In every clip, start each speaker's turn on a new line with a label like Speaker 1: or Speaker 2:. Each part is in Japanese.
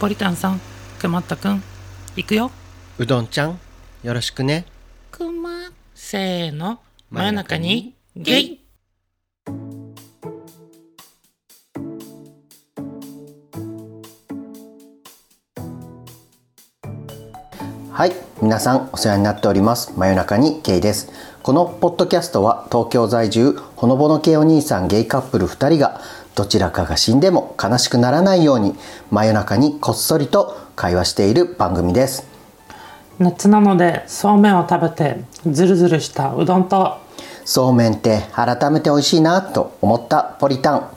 Speaker 1: ポリタンさんくまったくん行くよ
Speaker 2: うどんちゃんよろしくね
Speaker 1: くませーの真夜中にゲイ
Speaker 2: はい皆さんお世話になっております真夜中にゲイですこのポッドキャストは東京在住ほのぼの系お兄さんゲイカップル2人がどちらかが死んでも悲しくならないように真夜中にこっそりと会話している番組です
Speaker 1: 夏なのでそうめんを食べてズルズルしたうどんと
Speaker 2: そうめんって改めて美味しいなと思ったポリタン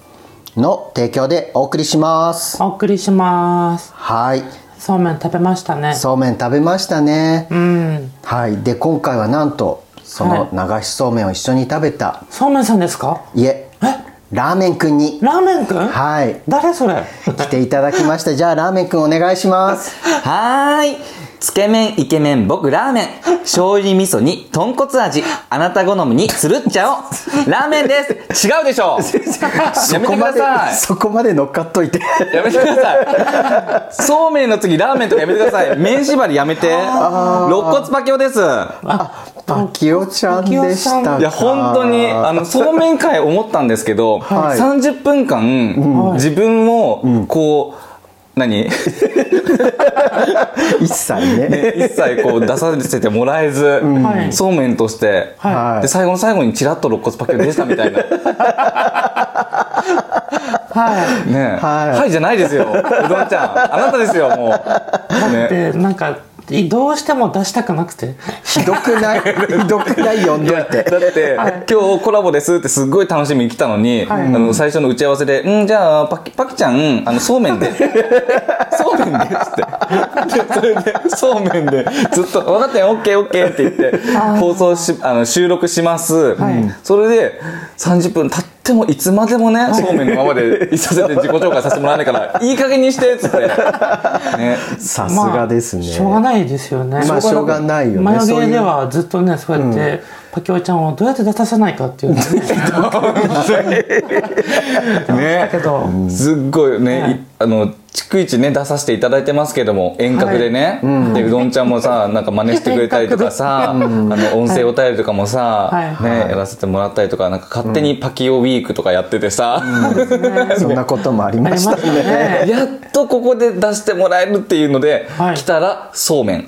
Speaker 2: の提供でお送りします
Speaker 1: お送りします
Speaker 2: はい
Speaker 1: そうめん食べましたね
Speaker 2: そうめん食べましたね
Speaker 1: うん
Speaker 2: はいで今回はなんとその流しそうめんを一緒に食べた、
Speaker 1: そうめんさんですか
Speaker 2: いえ
Speaker 1: え
Speaker 2: ラーメンくんに
Speaker 1: ラーメンくん
Speaker 2: はい
Speaker 1: 誰それ
Speaker 2: 来ていただきましたじゃあラーメンくんお願いします
Speaker 3: はーい。つけ麺、イケメン、僕、ラーメン。醤油味噌に、豚骨味。あなた好みに、つるっちゃお。ラーメンです。違うでしょ やめてください。
Speaker 2: そこまで乗っかっといて
Speaker 3: やめてください。そうめんの次、ラーメンとかやめてください。麺縛りやめて。肋骨パキオです。い
Speaker 2: パキオちゃんでしたか
Speaker 3: や、本当に、あの、そうめん会思ったんですけど、
Speaker 2: はい
Speaker 3: 30分間、自分を、こう、何
Speaker 2: 一切ね
Speaker 3: ね一切こう出させてもらえず、
Speaker 1: はい
Speaker 3: そうめんとして、
Speaker 2: はい
Speaker 3: で最後の最後にちらっと肋骨パッケージ出したみたいなね
Speaker 1: は
Speaker 3: え
Speaker 2: はい
Speaker 3: じゃないですようどんちゃんあなたですよもう、
Speaker 1: い
Speaker 3: ね、
Speaker 1: でなんかどうしても出したくなくて
Speaker 2: ひどくないひどくない呼んどい
Speaker 3: だ
Speaker 2: て
Speaker 3: って、今日コラボですってすっごい楽しみに来たのに、
Speaker 1: はい
Speaker 3: あの最初の打ち合わせで「うんじゃあパキパキちゃんあのそうめんでそうめんで」っつってでそれでそうめんでずっと「分かったよオッケーオッケー」って言って放送しあの収録します、
Speaker 1: い
Speaker 3: それで30分経ってもいつまでもねそうめんのままでいさせて自己紹介させてもらわないからいい加減にしてっつって、ね、
Speaker 2: さすがですね
Speaker 1: まあしょうがないですよね
Speaker 2: まあしょうがないよね
Speaker 1: マヨゲ
Speaker 2: そうい
Speaker 1: ー
Speaker 2: う
Speaker 1: ではずっとねそうやって、パキオちゃんをどうやって出させないかっていうの をね
Speaker 3: ね
Speaker 1: けど、
Speaker 3: すっごいね、
Speaker 1: はい
Speaker 3: いあの逐一ね出させていただいてますけども遠隔でね、でうどんちゃんもさなんか真似してくれたりとかさ、あの音声お便りとかもさ、
Speaker 1: はい
Speaker 3: ね、やらせてもらったりとかなんか勝手にパキオウィークとかやっててさ、
Speaker 2: そんなこともあり
Speaker 1: あり
Speaker 2: ま
Speaker 1: ま
Speaker 2: し
Speaker 1: したたね
Speaker 3: やっとここで出してもらえるっていうので、
Speaker 1: はい
Speaker 3: 来たらそうめんで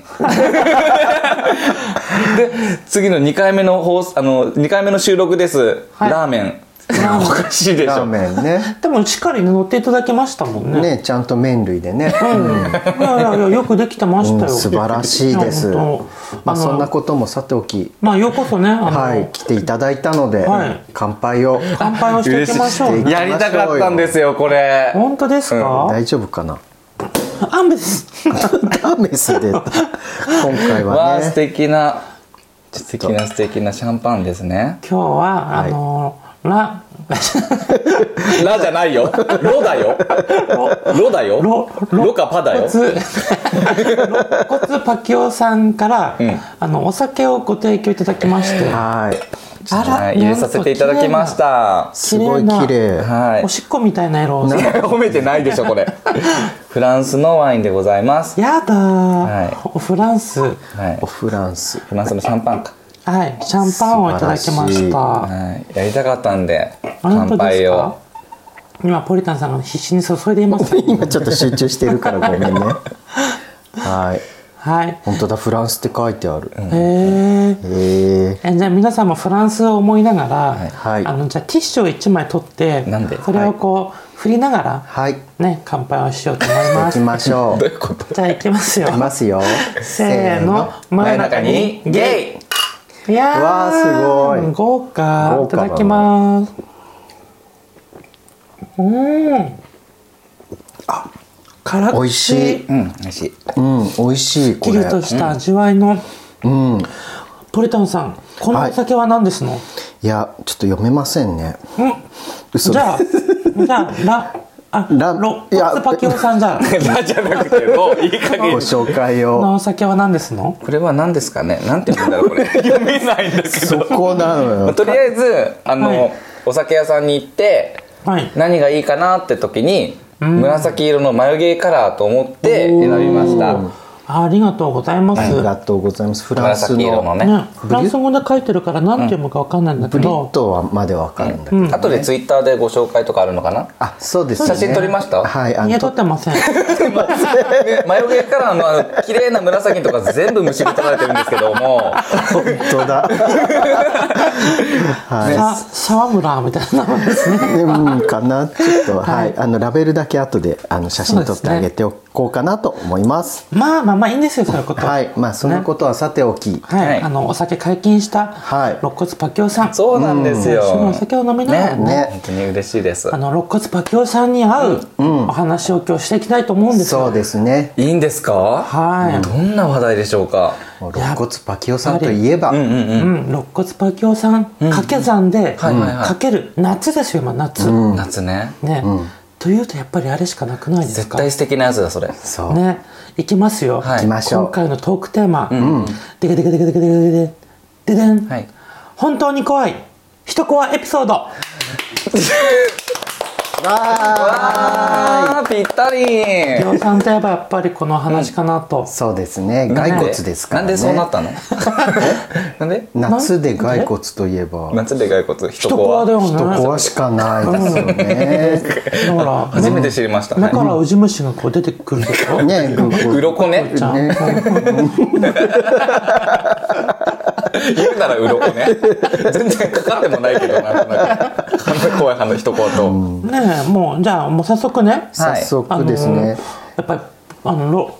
Speaker 3: 次の2回目の放送あの2回目の収録です、
Speaker 1: はい
Speaker 3: ラーメン
Speaker 1: ラーメン
Speaker 3: おかしいでし
Speaker 2: ラー
Speaker 3: ょ
Speaker 2: メンね
Speaker 1: でもしっかり乗っていただきましたもん ね
Speaker 2: ねちゃんと麺類でね、
Speaker 1: いやいやいやよくできてましたよ、
Speaker 2: うん素晴らしいです
Speaker 1: や本当
Speaker 2: まあ
Speaker 1: の
Speaker 2: そんなこともさておき
Speaker 1: まあようこそねあの、
Speaker 2: はい来ていただいたので、
Speaker 1: はい
Speaker 2: 乾杯を
Speaker 1: 乾杯をしていきましょう
Speaker 2: 嬉しい
Speaker 3: やりたかったんですよこれ
Speaker 1: 本当ですか、
Speaker 2: 大丈夫かな
Speaker 1: あんべ です
Speaker 2: ダメスで今回
Speaker 3: わ
Speaker 2: は
Speaker 3: あ
Speaker 2: ね
Speaker 3: 素敵な素敵な素敵なシャンパンですね
Speaker 1: 今日はあの、ラ
Speaker 3: ラじゃないよロだよロだよ
Speaker 1: ロロ
Speaker 3: ロかパだよ
Speaker 1: 骨肋骨パキオさんから、
Speaker 3: うん
Speaker 1: あのお酒をご提供いただきまして
Speaker 2: はい
Speaker 1: あら
Speaker 3: はい入れさせていただきました
Speaker 2: すごい
Speaker 1: な
Speaker 2: 綺麗
Speaker 3: はい
Speaker 1: おしっこみたいな色をや
Speaker 3: 褒めてないでしょこれフランスのワインでございます
Speaker 1: だー、
Speaker 3: は
Speaker 1: おフランスは
Speaker 3: はい
Speaker 2: おフランス
Speaker 3: フランスのシャンパンか
Speaker 1: いシャンパンをいただきま
Speaker 2: 素晴らし
Speaker 1: し
Speaker 2: い
Speaker 1: た
Speaker 3: はいやりたかったんで
Speaker 1: 本当です
Speaker 3: 乾杯
Speaker 1: か
Speaker 3: を
Speaker 1: 今ポリタンさんが必死に注いでいますね
Speaker 2: 今ちょっと集中してるからごめんねはい
Speaker 1: はい
Speaker 2: 本当だフランスって書いてある、
Speaker 1: へえ
Speaker 2: へえ
Speaker 1: えじゃあ皆さんもフランスを思いながら、
Speaker 2: はい
Speaker 1: あのじゃあティッシュを1枚取って
Speaker 3: なんで
Speaker 1: それをこう、振りながら
Speaker 2: はい
Speaker 1: ね乾杯をしようと思いま
Speaker 2: 行き
Speaker 1: す
Speaker 2: ましょう
Speaker 3: どう
Speaker 2: 行
Speaker 3: いうこと
Speaker 1: じゃあいきますよ
Speaker 2: きますよ
Speaker 1: せーの真
Speaker 3: 真
Speaker 1: 夜
Speaker 3: 夜
Speaker 1: 中
Speaker 3: 中
Speaker 1: に
Speaker 3: に
Speaker 1: ゲ
Speaker 3: ゲ
Speaker 1: イ
Speaker 3: イ
Speaker 1: いやー
Speaker 2: わーすごい
Speaker 1: 豪華
Speaker 2: 豪華だない
Speaker 1: ただきますうんあ辛口
Speaker 2: 美味しい
Speaker 3: うん美味し い
Speaker 2: うん美味しい
Speaker 1: キ
Speaker 2: こ
Speaker 1: リ
Speaker 2: れ
Speaker 1: とした味わいの、
Speaker 2: うん
Speaker 1: ポリタンさんこの
Speaker 2: は
Speaker 1: お
Speaker 2: い
Speaker 1: 酒は何ですの、
Speaker 2: いやちょっと読めませんね嘘
Speaker 1: じ
Speaker 2: だ
Speaker 1: ゃあじゃあラあ
Speaker 2: ラ
Speaker 1: ロ
Speaker 2: いや
Speaker 1: ロスパキオさんじゃあ
Speaker 3: ラじゃなくてもういい加
Speaker 2: ご
Speaker 3: 減に
Speaker 2: 紹介
Speaker 1: こ
Speaker 2: を
Speaker 1: のお酒は何ですの
Speaker 3: これは何ですかねなんて言うんだろうこれ 読めないんだけ
Speaker 2: そこなの
Speaker 3: まあ
Speaker 2: よ
Speaker 3: とりあえずあの、
Speaker 1: はい
Speaker 3: お酒屋さんに行って
Speaker 1: はい
Speaker 3: 何がいいかなって時に紫色の眉毛カラーと思って選びました
Speaker 1: ありがとうございます、
Speaker 2: ありがとうございますフランス
Speaker 3: 紫色の
Speaker 2: の
Speaker 3: ね
Speaker 1: ね、フランス語で書いてるから何て読むかわかんないんだけ
Speaker 2: ブリ
Speaker 1: ど
Speaker 2: ッ、トはまでわかるんだけど、
Speaker 3: 後でツイッターでご紹介とかあるのかな
Speaker 2: あそうです、ね、
Speaker 3: 写真撮りました
Speaker 2: はいあ
Speaker 1: い
Speaker 2: の
Speaker 1: や撮ってません
Speaker 3: ね眉毛カラーのあの綺麗な紫のとか全部虫に取られてるんですけども
Speaker 2: 本当だはい
Speaker 1: さ沢村みたいな名前ですね
Speaker 2: うんかなちょっとはい、あのラベルだけ後であの写真撮
Speaker 1: そうで
Speaker 2: っ
Speaker 1: す
Speaker 2: て
Speaker 1: ね
Speaker 2: あげておこうかなと思います
Speaker 1: まあまあまあいいんですよそういうこと
Speaker 2: はいまあそんなことはさておき、
Speaker 1: はい
Speaker 3: はい
Speaker 1: あのお酒解禁した
Speaker 2: はい
Speaker 1: 肋骨パキオさん、
Speaker 3: そうなんですよ
Speaker 1: 一緒にお酒を飲みながら
Speaker 3: ね
Speaker 1: ね
Speaker 2: ね
Speaker 3: 本当に嬉しいです
Speaker 1: あの肋骨パキオさんに合うお話を今日していきたいと思うんですよ、
Speaker 2: そうですね
Speaker 3: いいんですか
Speaker 1: はい
Speaker 3: どんな話題でしょうか
Speaker 2: もう肋骨パキオさんといえば、
Speaker 3: うんうん
Speaker 1: うん、肋骨パキオさん掛け算で
Speaker 3: はいはいはい
Speaker 1: かける夏ですよ今夏、
Speaker 3: うん夏ね
Speaker 1: ね、というとやっぱりあれしかなくないです
Speaker 3: 絶
Speaker 1: か
Speaker 3: 対素敵なやつだそれ
Speaker 2: そう、
Speaker 1: ねいきますよ、
Speaker 3: はい行
Speaker 2: きましょう
Speaker 1: 今回のトークテーマ「でけでけでけでけでけでけででん
Speaker 3: はい
Speaker 1: 本当に怖い人怖エピソード」
Speaker 3: あーぴったり
Speaker 1: 量産といえばやっぱりこの話かなと、
Speaker 2: そうですね骸骨ですからね
Speaker 3: なんでそうなったの なんで
Speaker 2: 夏で骸骨といえば
Speaker 3: 夏で骸骨人
Speaker 1: 人怖だよね
Speaker 2: 人怖しかないですよね
Speaker 1: だから
Speaker 3: 初めて知りました
Speaker 1: 目か
Speaker 3: ね
Speaker 1: らウジ虫がこう出てくるでしょ、
Speaker 2: ねグー
Speaker 3: 鱗ね
Speaker 1: ちゃん
Speaker 2: ね
Speaker 3: 言うなら鱗ね全然かかってもないけどなんとなくこんな怖い話一言と
Speaker 1: ねえもうじゃあもう早速ね
Speaker 2: 早速ですね、
Speaker 1: やっぱりあのろ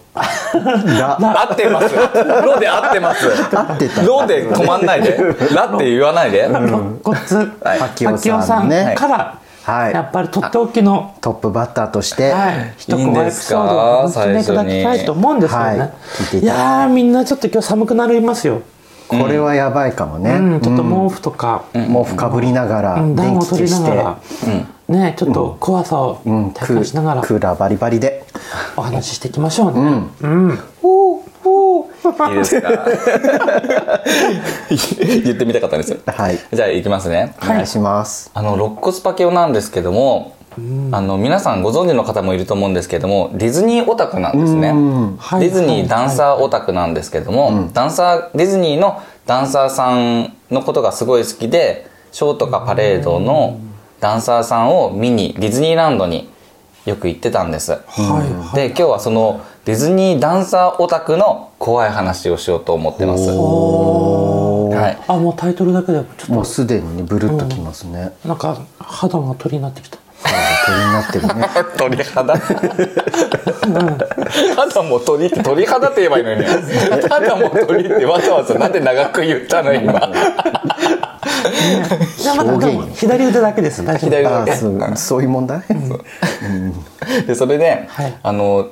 Speaker 2: ラ
Speaker 3: 合ってますロで合ってます
Speaker 2: 合ってた
Speaker 3: ロで止まんないでラって言わないで
Speaker 1: 肋骨
Speaker 2: い
Speaker 1: パキオさん
Speaker 2: ね
Speaker 1: から、
Speaker 2: はい
Speaker 1: やっぱりとっておきの
Speaker 2: トップバッターとして、
Speaker 1: はい、一コマエピソードを楽しんでいただきたいと思うんですよね。
Speaker 2: いいんですか最
Speaker 1: い
Speaker 2: 初にはい聞いていただき
Speaker 1: やーみんなちょっと今日寒くなりますよ。
Speaker 2: これはやばいかもね、
Speaker 1: うん、ちょっと毛布とか、
Speaker 2: もう深ぶりながら、
Speaker 1: うん、暖
Speaker 2: 電
Speaker 1: を
Speaker 2: 気
Speaker 1: 取
Speaker 2: 消
Speaker 1: りな
Speaker 2: し
Speaker 1: が
Speaker 2: て、
Speaker 1: ら、ねちょっと怖さを
Speaker 2: うん、
Speaker 1: 体感しながら
Speaker 2: クーラーバリバリで
Speaker 1: お話ししていきましょうね。
Speaker 3: いい ですか言ってみたかったんですよ
Speaker 2: はい
Speaker 3: じゃあ行きますね
Speaker 2: お願いします、
Speaker 3: あの肋骨パケオなんですけども、あの皆さんご存知の方もいると思うんですけどもディズニーオタクなんですね、
Speaker 1: はい
Speaker 3: ディズニーダンサーオタクなんですけども、ダンサーディズニーのダンサーさんのことがすごい好きでショーとかパレードのダンサーさんを見にディズニーランドによく行ってたんです、
Speaker 1: はいはい
Speaker 3: で今日はそのディズニーダンサーオタクの怖い話をしようと思ってますはい
Speaker 1: あもうタイトルだけでちょっ
Speaker 2: もうすでにねブルッときますね、
Speaker 1: となんか肌が鳥になってきた。
Speaker 2: 鳥に なってるね
Speaker 3: 鳥肌肌も鳥って鳥肌って言えばいいのに肌も鳥ってわざわざなんで長く言ったの今
Speaker 1: じゃあまだ
Speaker 2: 表
Speaker 1: で
Speaker 2: 現
Speaker 1: も左腕だけです。大丈夫。
Speaker 3: 左
Speaker 2: あ
Speaker 3: だ
Speaker 2: ーそうそういう問題、
Speaker 3: けでそれで、
Speaker 1: はい
Speaker 3: あの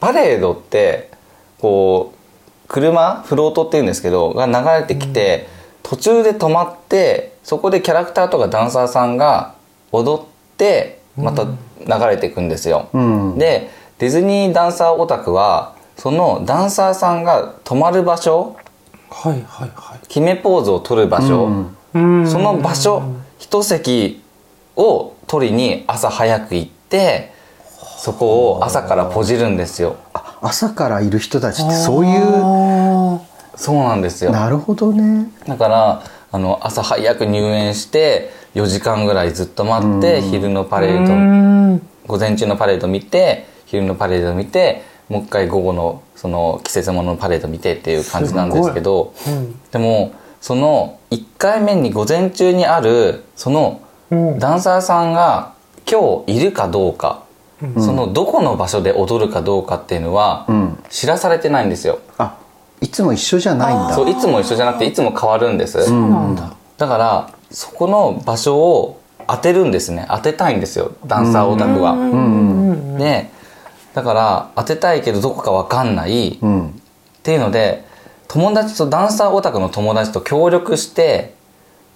Speaker 3: パレードってこう車フロートっていうんですけどが流れてきて、途中で止まってそこでキャラクターとかダンサーさんが踊ってまた流れていくんですよ、
Speaker 2: うん
Speaker 3: でディズニーダンサーオタクはそのダンサーさんが泊まる場所
Speaker 1: はいはいはい。
Speaker 3: 決めポーズを取る場所、
Speaker 1: うん。
Speaker 3: その場所一席を取りに朝早く行ってそこを朝からポジるんですよ
Speaker 2: あ朝からいる人たちってそういう
Speaker 1: あ
Speaker 3: そうなんですよ
Speaker 2: なるほどね
Speaker 3: だからあの朝早く入園して4時間ぐらいずっと待って昼のパレ
Speaker 1: ーう
Speaker 3: ード
Speaker 1: ーん。
Speaker 3: 午前中のパレード見て昼のパレード見てもう一回午後のその季節もののパレード見てっていう感じなんですけど
Speaker 1: うん
Speaker 3: でもその1回目に午前中にあるその
Speaker 1: うん。
Speaker 3: ダンサーさんが今日いるかどうか、そのどこの場所で踊るかどうかっていうのは
Speaker 2: うん
Speaker 3: 知らされてないんですよ、
Speaker 2: あいつも一緒じゃないんだ
Speaker 3: そういつも一緒じゃなくていつも変わるんです、
Speaker 1: そうなんだ。
Speaker 3: だからそこの場所を当てるんですね当てたいんですよダンサーオタクは、
Speaker 1: うんうん。
Speaker 3: でだから当てたいけどどこかわかんない、っ
Speaker 2: うん
Speaker 3: ていうので友達とダンサーオタクの友達と協力して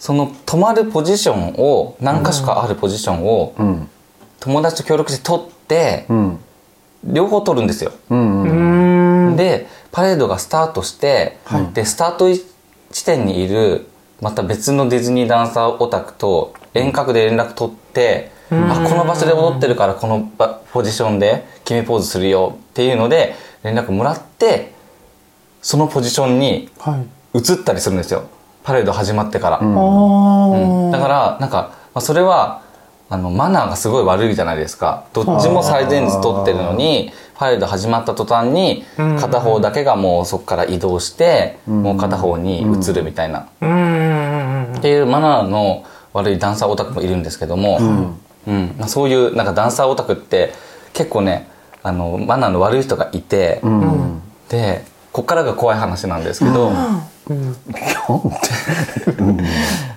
Speaker 3: その止まるポジションを何か所かあるポジションを
Speaker 2: うん
Speaker 3: 友達と協力して取って、
Speaker 2: うん
Speaker 3: 両方取るんですよ、
Speaker 2: うんう
Speaker 1: う
Speaker 2: ん
Speaker 1: ん。
Speaker 3: でパレードがスタートして、でスタート地点にいるまた別のディズニーダンサーオタクと遠隔で連絡取ってあこの場所で踊ってるからこのばポジションで決めポーズするよっていうので連絡もらってそのポジションに
Speaker 1: はい
Speaker 3: 移ったりするんですよパレード始まってから、
Speaker 1: あー
Speaker 3: だからなんか、まあ、それはあのマナーがすごい悪いじゃないですかどっちも最前列取ってるのにパレード始まった途端に
Speaker 1: うん
Speaker 3: 片方だけがもうそこから移動して、もう片方に移るみたいな、
Speaker 1: うーん
Speaker 3: っていうマナーの悪いダンサーオタクもいるんですけども、うんまあ、そういうなんかダンサーオタクって結構ねあのマナーの悪い人がいて、
Speaker 2: うん
Speaker 3: でこっからが怖い話なんですけど、
Speaker 1: うん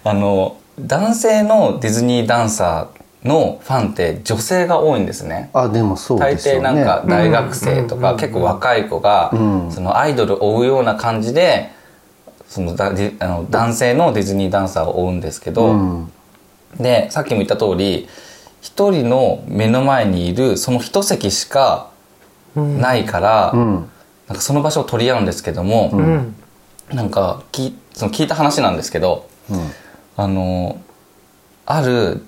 Speaker 3: あの男性のディズニーダンサーのファンって女性が多いんですね。
Speaker 2: あでもそう
Speaker 3: 大
Speaker 2: ですよ
Speaker 3: 抵
Speaker 2: ね
Speaker 3: なんか大学生とか結構若い子が
Speaker 2: うん
Speaker 3: そのアイドルを追うような感じでそのだであの男性のディズニーダンサーを追うんですけ
Speaker 2: う
Speaker 3: ど、
Speaker 2: ん
Speaker 3: でさっきも言った通り一人の目の前にいるその一席しか
Speaker 1: うん
Speaker 3: ないから、
Speaker 2: うん
Speaker 3: なんかその場所を取り合うんですけども、
Speaker 1: うん
Speaker 3: なんかきその聞いた話なんですけど
Speaker 2: うん
Speaker 3: あのある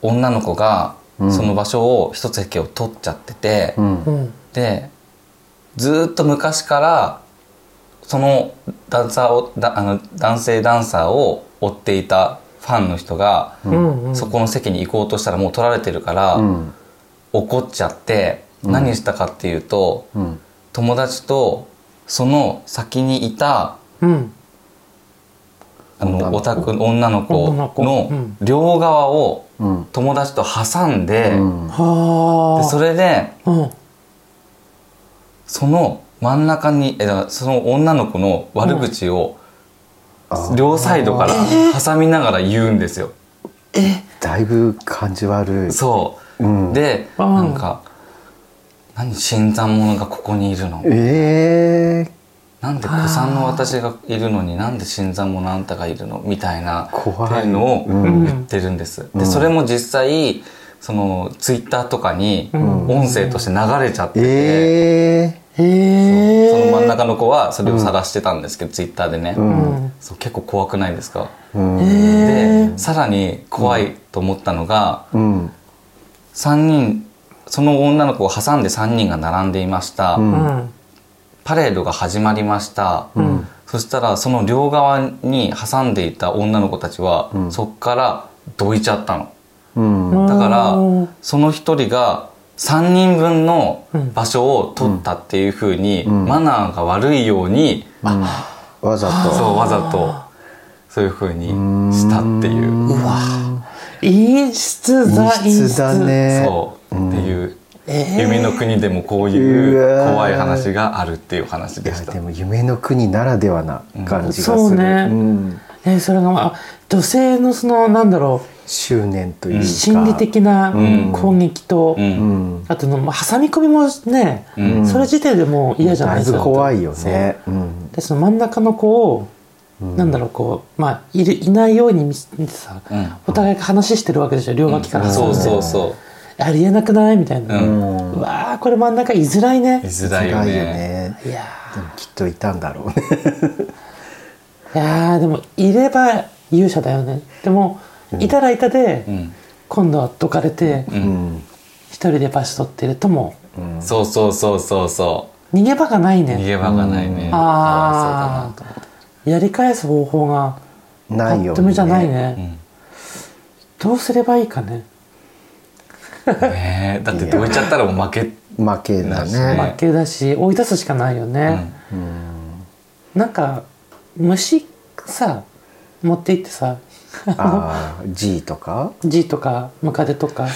Speaker 3: 女の子が
Speaker 2: うん
Speaker 3: その場所を一席を取っちゃってて、
Speaker 2: うん
Speaker 1: うん
Speaker 3: でずーっと昔からそのダンサーをだあの男性ダンサーを追っていたファンの人が、
Speaker 1: うんうん
Speaker 3: そこの席に行こうとしたらもう取られてるから、
Speaker 2: うん
Speaker 3: 怒っちゃって何したかっていうと、
Speaker 2: うん
Speaker 3: 友達とその先にいた
Speaker 1: うん
Speaker 3: あのオ
Speaker 2: 女
Speaker 3: タ
Speaker 2: の子
Speaker 3: クの女の子
Speaker 1: 女の子う
Speaker 3: の
Speaker 1: ん
Speaker 3: 両側を
Speaker 2: うん
Speaker 3: 友達と挟んで,、
Speaker 2: うん
Speaker 1: は
Speaker 3: で
Speaker 1: あ
Speaker 3: それで
Speaker 1: うん
Speaker 3: その真ん中にえだからその女の子の悪口を
Speaker 2: あ
Speaker 3: 両サイドから挟みながら言うんですよ。
Speaker 2: だいぶ感じ悪い
Speaker 3: そうう、
Speaker 2: ん
Speaker 3: で
Speaker 1: うん
Speaker 3: なんか「何新参者がここにいるの?」
Speaker 2: ええ
Speaker 3: なんで子さんの私がいるのになんで新参者あんたがいるのみたいな
Speaker 2: 怖い
Speaker 3: っていうのを
Speaker 2: うん
Speaker 3: 言ってるんです、
Speaker 2: ん
Speaker 3: でそれも実際そのツイッターとかに
Speaker 1: ん
Speaker 3: 音声として流れちゃってて、
Speaker 2: え
Speaker 1: へ
Speaker 3: そ
Speaker 1: え
Speaker 3: の真ん中の子はそれを探してたんですけど、ツイッターでね、
Speaker 2: えうん
Speaker 3: そう結構怖くないですか、
Speaker 2: うん
Speaker 1: へえ
Speaker 3: でさらに怖いと思ったのが、
Speaker 2: うん
Speaker 3: 三人その女の子を挟んで3人が並んでいました、
Speaker 2: う
Speaker 1: うんん
Speaker 3: パレードが始まりました、
Speaker 1: ん
Speaker 3: そしたらその両側に挟んでいた女の子たちは、
Speaker 2: うん
Speaker 3: そっからどいちゃったの
Speaker 2: うん
Speaker 3: だから
Speaker 1: うん
Speaker 3: その一人が3人分の
Speaker 1: うん
Speaker 3: 場所を取ったっていうふうに、
Speaker 2: ん
Speaker 3: マナーが悪いように、
Speaker 2: わざ
Speaker 3: そ
Speaker 2: と
Speaker 3: うわざとそういうふうにしたっていう
Speaker 1: 演出だ
Speaker 2: 密室だね
Speaker 3: そう、っていう、
Speaker 1: えー
Speaker 3: 夢の国でもこういう
Speaker 2: うわー
Speaker 3: 怖い話があるっていう話
Speaker 2: い
Speaker 3: で
Speaker 2: や
Speaker 3: した
Speaker 2: でも夢の国ならではな感じがする、
Speaker 1: そうね
Speaker 2: うん
Speaker 1: えーそれがまあ女性のそのなんだろ
Speaker 2: 執念というか
Speaker 1: う心理的な攻撃と
Speaker 3: うん
Speaker 2: うん
Speaker 1: あとのまあ挟み込みもね
Speaker 3: うん
Speaker 1: それ時点でもう嫌じゃない
Speaker 2: だい
Speaker 1: です
Speaker 2: ぶ
Speaker 1: か
Speaker 2: 怖いよねうん
Speaker 1: でその真ん中の子を、なんだろうこうまあいるいないように見せ見てさ、
Speaker 3: うん
Speaker 1: お互いが話してるわけでしょ両脇から
Speaker 3: そ
Speaker 1: 挟
Speaker 3: うん
Speaker 1: で、
Speaker 3: そうそう
Speaker 1: あれ言えなくないみたいな、
Speaker 3: う
Speaker 1: うんわーこれ真ん中居づらいね
Speaker 3: 居づらいよ
Speaker 2: 辛
Speaker 3: ね
Speaker 1: いや
Speaker 2: でもきっといたんだろうね
Speaker 1: ーいやーでもいれば勇者だよねでも、いたらいたで、
Speaker 3: ん
Speaker 1: 今度はどかれて一、
Speaker 2: うん
Speaker 1: 人で場所取ってるとも
Speaker 3: そうそうそうそうそ
Speaker 1: 逃げ場がないう
Speaker 3: 逃
Speaker 1: ね
Speaker 3: げ場がないね、
Speaker 1: ん
Speaker 3: かわいそうだなと思って
Speaker 1: やり返す方法が
Speaker 2: ないよ
Speaker 1: とてもじゃないね、
Speaker 3: ん
Speaker 1: どうすればいいかね
Speaker 3: ねえだってどいちゃったらもう負け
Speaker 2: 負けだ
Speaker 3: ね
Speaker 2: ね
Speaker 1: 負けだし追い出すしかないよね、なんか虫さ持って行ってさ
Speaker 2: ああ G とか
Speaker 1: G とかムカデとか、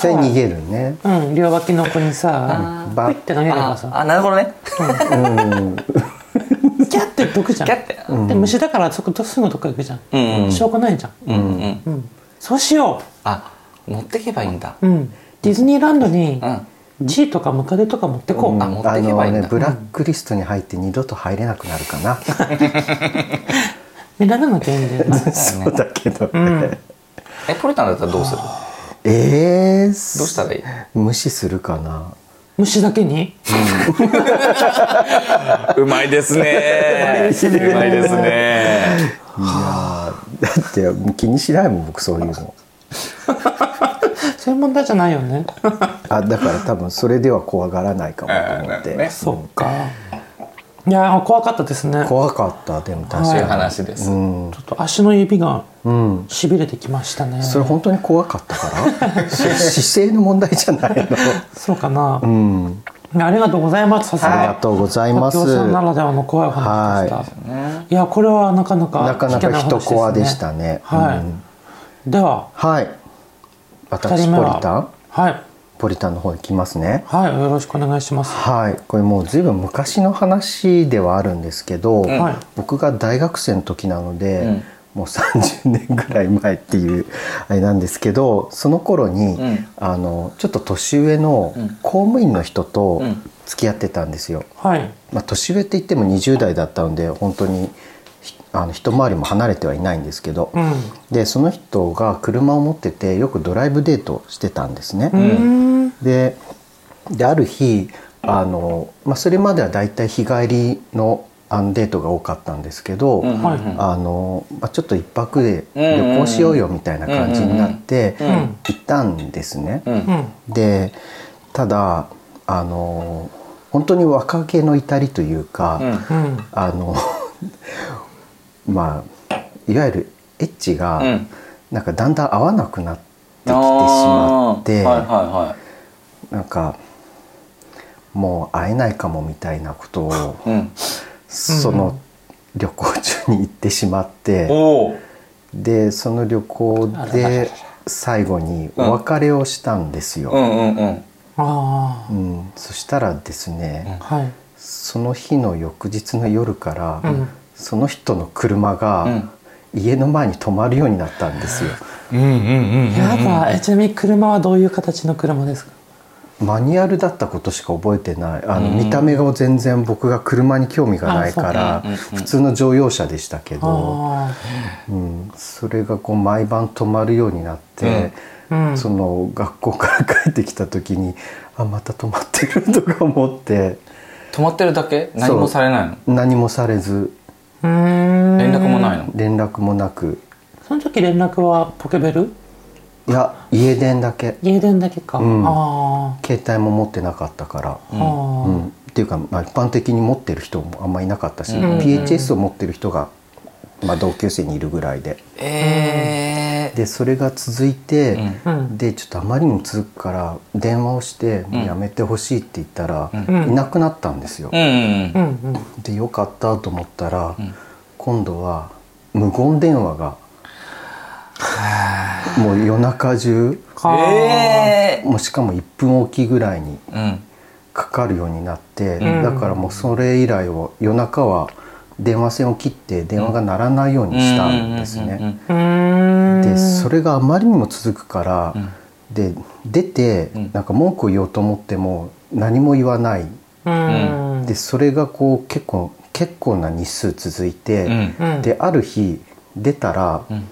Speaker 2: それ逃げるね
Speaker 1: うん、両脇の子にさ
Speaker 2: バ
Speaker 1: プイって投げればさ
Speaker 3: あなるほどね
Speaker 1: キャッて毒じゃん
Speaker 3: キャッて
Speaker 1: で虫だからそこすぐどっか行くじゃん、
Speaker 3: うんうん
Speaker 1: 証拠ないじゃん、
Speaker 3: うんうん
Speaker 1: うん、そうしよ
Speaker 3: あ持ってけばいいんだ
Speaker 1: う、うん、ディズニーランドに
Speaker 3: うん
Speaker 1: G とかムカデとか持ってこう、
Speaker 2: うん
Speaker 3: あ持ってけばいい
Speaker 2: あの
Speaker 3: んだ
Speaker 2: ねブラックリストに入って二度と入れなくなるかな
Speaker 1: 目立たなきゃいいんだよな
Speaker 2: そうだけどね
Speaker 3: えポリタンだったらどうする
Speaker 2: ええどう
Speaker 3: どうしたたらいい
Speaker 2: 無視するかな
Speaker 1: 虫だけに
Speaker 3: うまいですねうまいですね
Speaker 2: いやーだって気にしないもん僕そういうの
Speaker 1: そういう問題じゃないよね
Speaker 2: あだから多分それでは怖がらないかもと思っ
Speaker 3: あ
Speaker 2: て、
Speaker 3: ーなる ほ
Speaker 1: そっかいやー怖かったですねちょ
Speaker 2: 怖かったでも確
Speaker 3: そういう
Speaker 2: か
Speaker 3: 話です、
Speaker 2: に
Speaker 1: っと足の指が
Speaker 2: うん、うん、
Speaker 1: しびれてきましたね
Speaker 2: そ
Speaker 1: そ
Speaker 2: れ本当に怖かったから 姿勢の問題じゃないの
Speaker 1: うかな、
Speaker 2: うん
Speaker 1: ありがとうございますさす
Speaker 2: あり
Speaker 1: が
Speaker 2: がとうござい
Speaker 1: お
Speaker 2: ます
Speaker 1: 父さんならではの怖いお話でした、、
Speaker 2: はい
Speaker 1: やこれはなかなか
Speaker 2: なかな
Speaker 1: 聞け
Speaker 2: か
Speaker 1: い
Speaker 2: 人コア
Speaker 1: 話
Speaker 2: で
Speaker 1: ね
Speaker 2: したね
Speaker 1: はい、
Speaker 2: うん
Speaker 1: では
Speaker 2: はい
Speaker 1: 二
Speaker 2: 私
Speaker 1: 人目
Speaker 2: ポ
Speaker 1: は
Speaker 2: リタン
Speaker 1: はい
Speaker 2: ポリタンの方いきますね
Speaker 1: はいよろしくお願いします
Speaker 2: はいこれもう随分昔の話ではあるんですけど、
Speaker 1: はい
Speaker 2: 僕が大学生の時なので、
Speaker 3: うん
Speaker 2: もう30年ぐらい前っていうあれなんですけどその頃に、
Speaker 3: うん
Speaker 2: あのちょっと年上の
Speaker 3: うん
Speaker 2: 公務員の人と
Speaker 3: うん
Speaker 2: 付き合ってたんですよ。
Speaker 1: はい
Speaker 2: まあ、年上って言っても20代だったので本当にひあの一回りも離れてはいないんですけど、
Speaker 1: うん
Speaker 2: でその人が車を持っててよくドライブデートしてたんですね。
Speaker 1: うーん
Speaker 2: でである日あの、まあ、それまではだいたい日帰りのあのデートが多かったんですけど、
Speaker 3: うん
Speaker 1: はい
Speaker 3: うん
Speaker 2: あのまあ、ちょっと一泊で旅行しようよみたいな感じになって
Speaker 3: う
Speaker 1: う
Speaker 3: ん
Speaker 1: んうん
Speaker 2: 行ったんですね。
Speaker 3: うん
Speaker 1: うん
Speaker 2: でただあの本当に若気の至りというか、
Speaker 3: う
Speaker 1: う
Speaker 3: ん
Speaker 1: ん
Speaker 2: あの まあいわゆるエッチが、
Speaker 3: うん
Speaker 2: なんかだんだん合わなくなってきてしま
Speaker 3: あ
Speaker 2: っ
Speaker 3: ー
Speaker 2: て、
Speaker 3: はいは
Speaker 2: なんかもう会えないかもみたいなことを
Speaker 3: いはい、うん、
Speaker 2: その旅行中に行ってしまって、
Speaker 3: おお
Speaker 2: でその旅行で最後にお別れをしたんです
Speaker 3: う
Speaker 2: よ。
Speaker 3: んうんうん
Speaker 1: あ
Speaker 2: うんそしたらですね、
Speaker 1: あはい
Speaker 2: その日の翌日の夜から、
Speaker 1: うん
Speaker 2: その人の車が家の前に止まるようになったんですよ。
Speaker 3: うんうんうん
Speaker 1: やだえちなみに車はどういう形の車ですか
Speaker 2: マニュアルだったことしか覚えてないあの、
Speaker 3: うん
Speaker 2: 見た目が全然僕が車に興味がないから、
Speaker 3: あそううんうんうん
Speaker 2: 普通の乗用車でしたけど、
Speaker 1: あ
Speaker 2: うん、それがこう毎晩止まるようになって、
Speaker 1: あうん
Speaker 2: その学校から帰ってきた時にあまた止まってるとか思って
Speaker 3: 止まってるだけ何もされないの
Speaker 2: 何もされず
Speaker 1: うーん
Speaker 3: 連絡もないの
Speaker 2: 連絡もなく
Speaker 1: その時連絡はポケベル
Speaker 2: いや家電だけ
Speaker 1: 家電だけか、
Speaker 2: うん
Speaker 1: あ
Speaker 2: 携帯も持ってなかったから、
Speaker 1: あ、
Speaker 2: う
Speaker 1: あ
Speaker 2: んっていうか、まあ、一般的に持ってる人もあんまいなかったし、
Speaker 3: うん
Speaker 2: PHS を持ってる人が、まあ、同級生にいるぐらいで
Speaker 3: え
Speaker 2: でそれが続いて、
Speaker 1: あうん
Speaker 2: でちょっとあまりにも続くから電話をして「
Speaker 3: ん
Speaker 2: やめてほしい」って言ったら、
Speaker 1: うん
Speaker 2: いなくなったんですよ。
Speaker 3: うんうん
Speaker 1: うんうん
Speaker 2: でよかったと思ったら、
Speaker 3: ん
Speaker 2: 今度は無言電話がもう夜中中
Speaker 1: か
Speaker 3: え
Speaker 2: もうしかも1分おきぐらいに
Speaker 3: えうん
Speaker 2: かかるようになって、
Speaker 1: ん
Speaker 2: だからもうそれ以来は夜中は電話線を切って電話が鳴らないようにしたんですね。
Speaker 1: うーん
Speaker 2: でそれがあまりにも続くから、で出て
Speaker 3: ん
Speaker 2: なんか文句を言おうと思っても何も言わない
Speaker 1: うん
Speaker 2: でそれがこう結構結構な日数続いて、
Speaker 1: うん
Speaker 2: である日出たら
Speaker 3: ん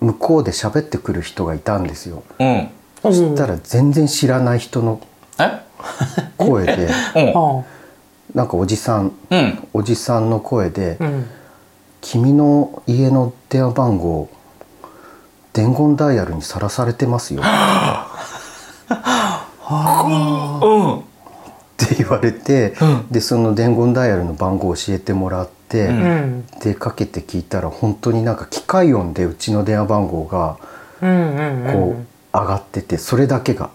Speaker 2: 向こうで喋ってくる人がいたんですよ。
Speaker 3: うんうん
Speaker 1: うん
Speaker 2: そしたら全然知らない人の
Speaker 3: え
Speaker 2: 声で
Speaker 3: うん
Speaker 1: あ
Speaker 2: なんかおじさん
Speaker 3: うん
Speaker 2: おじさんの声で
Speaker 1: あうん
Speaker 2: 「君の家の電話番号伝言ダイヤルにさらされてますよ」っ
Speaker 3: うん
Speaker 2: て言われて、
Speaker 3: うん
Speaker 2: でその伝言ダイヤルの番号を教えてもらって、
Speaker 1: うん
Speaker 2: でかけて聞いたら本当になんか機械音でうちの電話番号が
Speaker 1: うんうんうん
Speaker 2: こう上がっててそれだけが。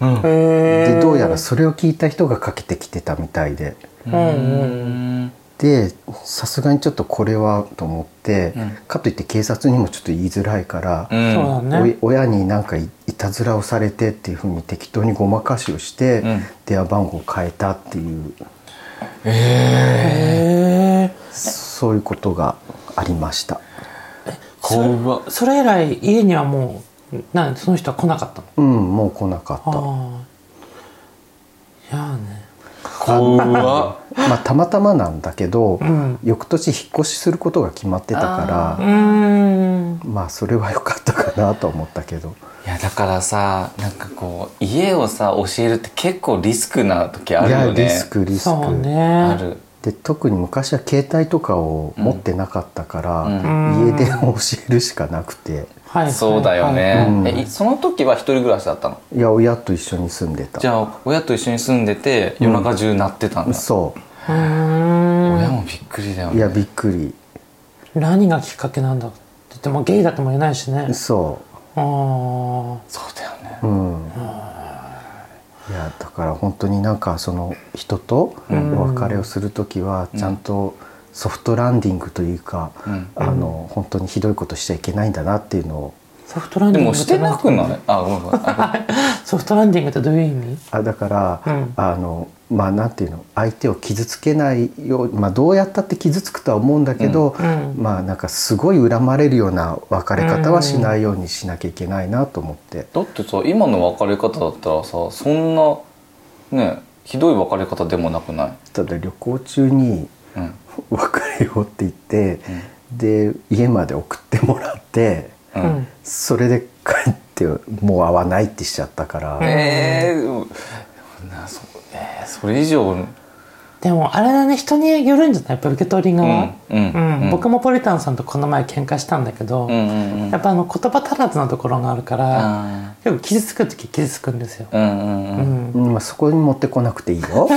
Speaker 3: うん
Speaker 1: へ
Speaker 2: で
Speaker 1: え
Speaker 2: どうやらそれを聞いた人がかけてきてたみたいで。
Speaker 1: うんうん
Speaker 3: うん
Speaker 2: でさすがにちょっとこれはと思って、
Speaker 3: うん
Speaker 2: かといって警察にもちょっと言いづらいから、
Speaker 3: うん
Speaker 1: そうだね
Speaker 2: お親になんかいいたずらをされてっていうふうに適当にごまかしをして、
Speaker 3: ん
Speaker 2: 電話番号を変えたっていう
Speaker 3: ええ
Speaker 1: へえ
Speaker 2: そういうことがありました
Speaker 3: 怖っ
Speaker 1: それ以来家にはもうなんその人は来なかったの
Speaker 2: うんもう来なかった
Speaker 1: ああいやーね
Speaker 3: 怖っ
Speaker 2: まあたまたまなんだけど、
Speaker 1: ん
Speaker 2: 翌年引っ越しすることが決まってた
Speaker 1: う
Speaker 2: か
Speaker 1: ーん
Speaker 2: らまあそれは良かったかなと思ったけど
Speaker 3: いやだからさなんかこう家をさ教えるって結構リスクな時あ
Speaker 2: い
Speaker 3: る
Speaker 2: や
Speaker 3: よね
Speaker 2: リスクリスク
Speaker 1: そうね
Speaker 3: ある
Speaker 2: で特に昔は携帯とかを持ってなかったから、
Speaker 3: うん
Speaker 1: うん
Speaker 2: 家電を教えるしかなくて、
Speaker 1: はい
Speaker 3: そうだよ
Speaker 1: はい
Speaker 3: ね
Speaker 1: はい、
Speaker 2: うん
Speaker 3: えいその時は一人暮らしだったの
Speaker 2: いや親と一緒に住んでた
Speaker 3: じゃあ親と一緒に住んでて夜中中鳴ってたんだ、
Speaker 2: そう
Speaker 1: うーん
Speaker 3: 親もびっくりだよ
Speaker 2: い
Speaker 3: ね
Speaker 2: やびっくり
Speaker 1: 何がきっかけなんだって言ってもゲイだとも言えないしね
Speaker 2: そ
Speaker 1: あー
Speaker 3: そうだよね
Speaker 2: ううんいやだから本当になんかその人とお別れをする時はちゃんとソフトランディングというか、
Speaker 3: うん
Speaker 2: あの本当にひどいことしちゃいけないんだなっていうのを
Speaker 1: ソフトラン
Speaker 3: で
Speaker 1: ディング
Speaker 3: もしてなくないあごめんごめんあ
Speaker 1: ソフトランディングってどういう意味
Speaker 2: あだから、
Speaker 1: うん
Speaker 2: あのまあなんていうの相手を傷つけないようまあどうやったって傷つくとは思うんだけど、
Speaker 1: うんうん
Speaker 2: まあなんかすごい恨まれるような別れ方はしないようにしなきゃいけないなと思って、
Speaker 3: だってさ今の別れ方だったらさそんなねひどい別れ方でもなくない、
Speaker 2: ただ旅行中に
Speaker 3: うん、
Speaker 2: 別れようって言って、で家まで送ってもらって
Speaker 3: う
Speaker 1: うんん
Speaker 2: それで帰ってもう会わないってしちゃったから、
Speaker 3: えーなそえーそれ以上
Speaker 1: でもあれだね人によるんじゃないプルケトリ側、
Speaker 3: うんうんうん
Speaker 1: 僕もポリタンさんとこの前喧嘩したんだけど、
Speaker 3: うんうんうん
Speaker 1: やっぱあの言葉足らずなところがあるから、
Speaker 3: あ
Speaker 1: 結構傷つく時傷つくんですよ
Speaker 3: ー、うんうん
Speaker 1: う
Speaker 3: うん
Speaker 1: ん
Speaker 2: うんまあ、そこに持ってこなくていいよ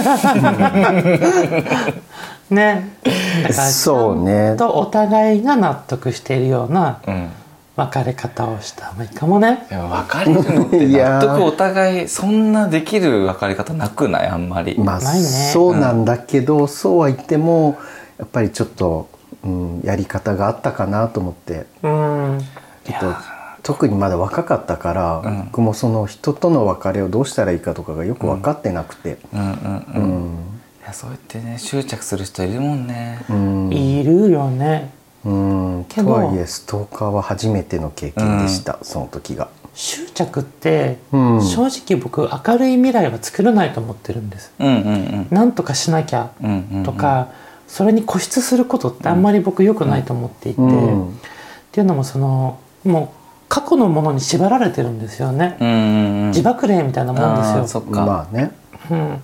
Speaker 1: ねだから
Speaker 2: そうね
Speaker 1: ちゃんとお互いが納得しているような
Speaker 3: うん
Speaker 1: 別れ方をした方がいいかもね
Speaker 3: でも別れるのって
Speaker 2: いやー
Speaker 3: 納得お互いそんなできる別れ方なくないあんまり、
Speaker 2: まあ、
Speaker 1: ないね
Speaker 2: そうなんだけど、そうは言ってもやっぱりちょっと、うん、やり方があったかなと思って
Speaker 1: うん
Speaker 2: ちょっと特にまだ若かったから、僕もその人との別れをどうしたらいいかとかがよく分かってなくて、
Speaker 3: うんうんう、
Speaker 2: うん
Speaker 3: い
Speaker 2: ん
Speaker 3: やそうやってね執着する人いるもんね、
Speaker 2: うん
Speaker 1: いるよね
Speaker 2: うん
Speaker 1: けど
Speaker 2: とはいえストーカーは初めての経験でした、その時が。
Speaker 1: 執着って、
Speaker 2: うん
Speaker 1: 正直僕明るい未来は作れないと思ってるんです
Speaker 3: うん、うんうん
Speaker 1: なんとかしなきゃ
Speaker 3: うんうんうん
Speaker 1: とか、それに固執することってあんまり僕良くないと思っていて、
Speaker 2: うん
Speaker 1: っていうのもそのもう過去のものに縛られてるんですよね、
Speaker 3: うんうんうん
Speaker 1: 自爆霊みたいなもんです
Speaker 3: あ
Speaker 1: よ
Speaker 3: ーそっか、
Speaker 2: まあね、
Speaker 1: うん、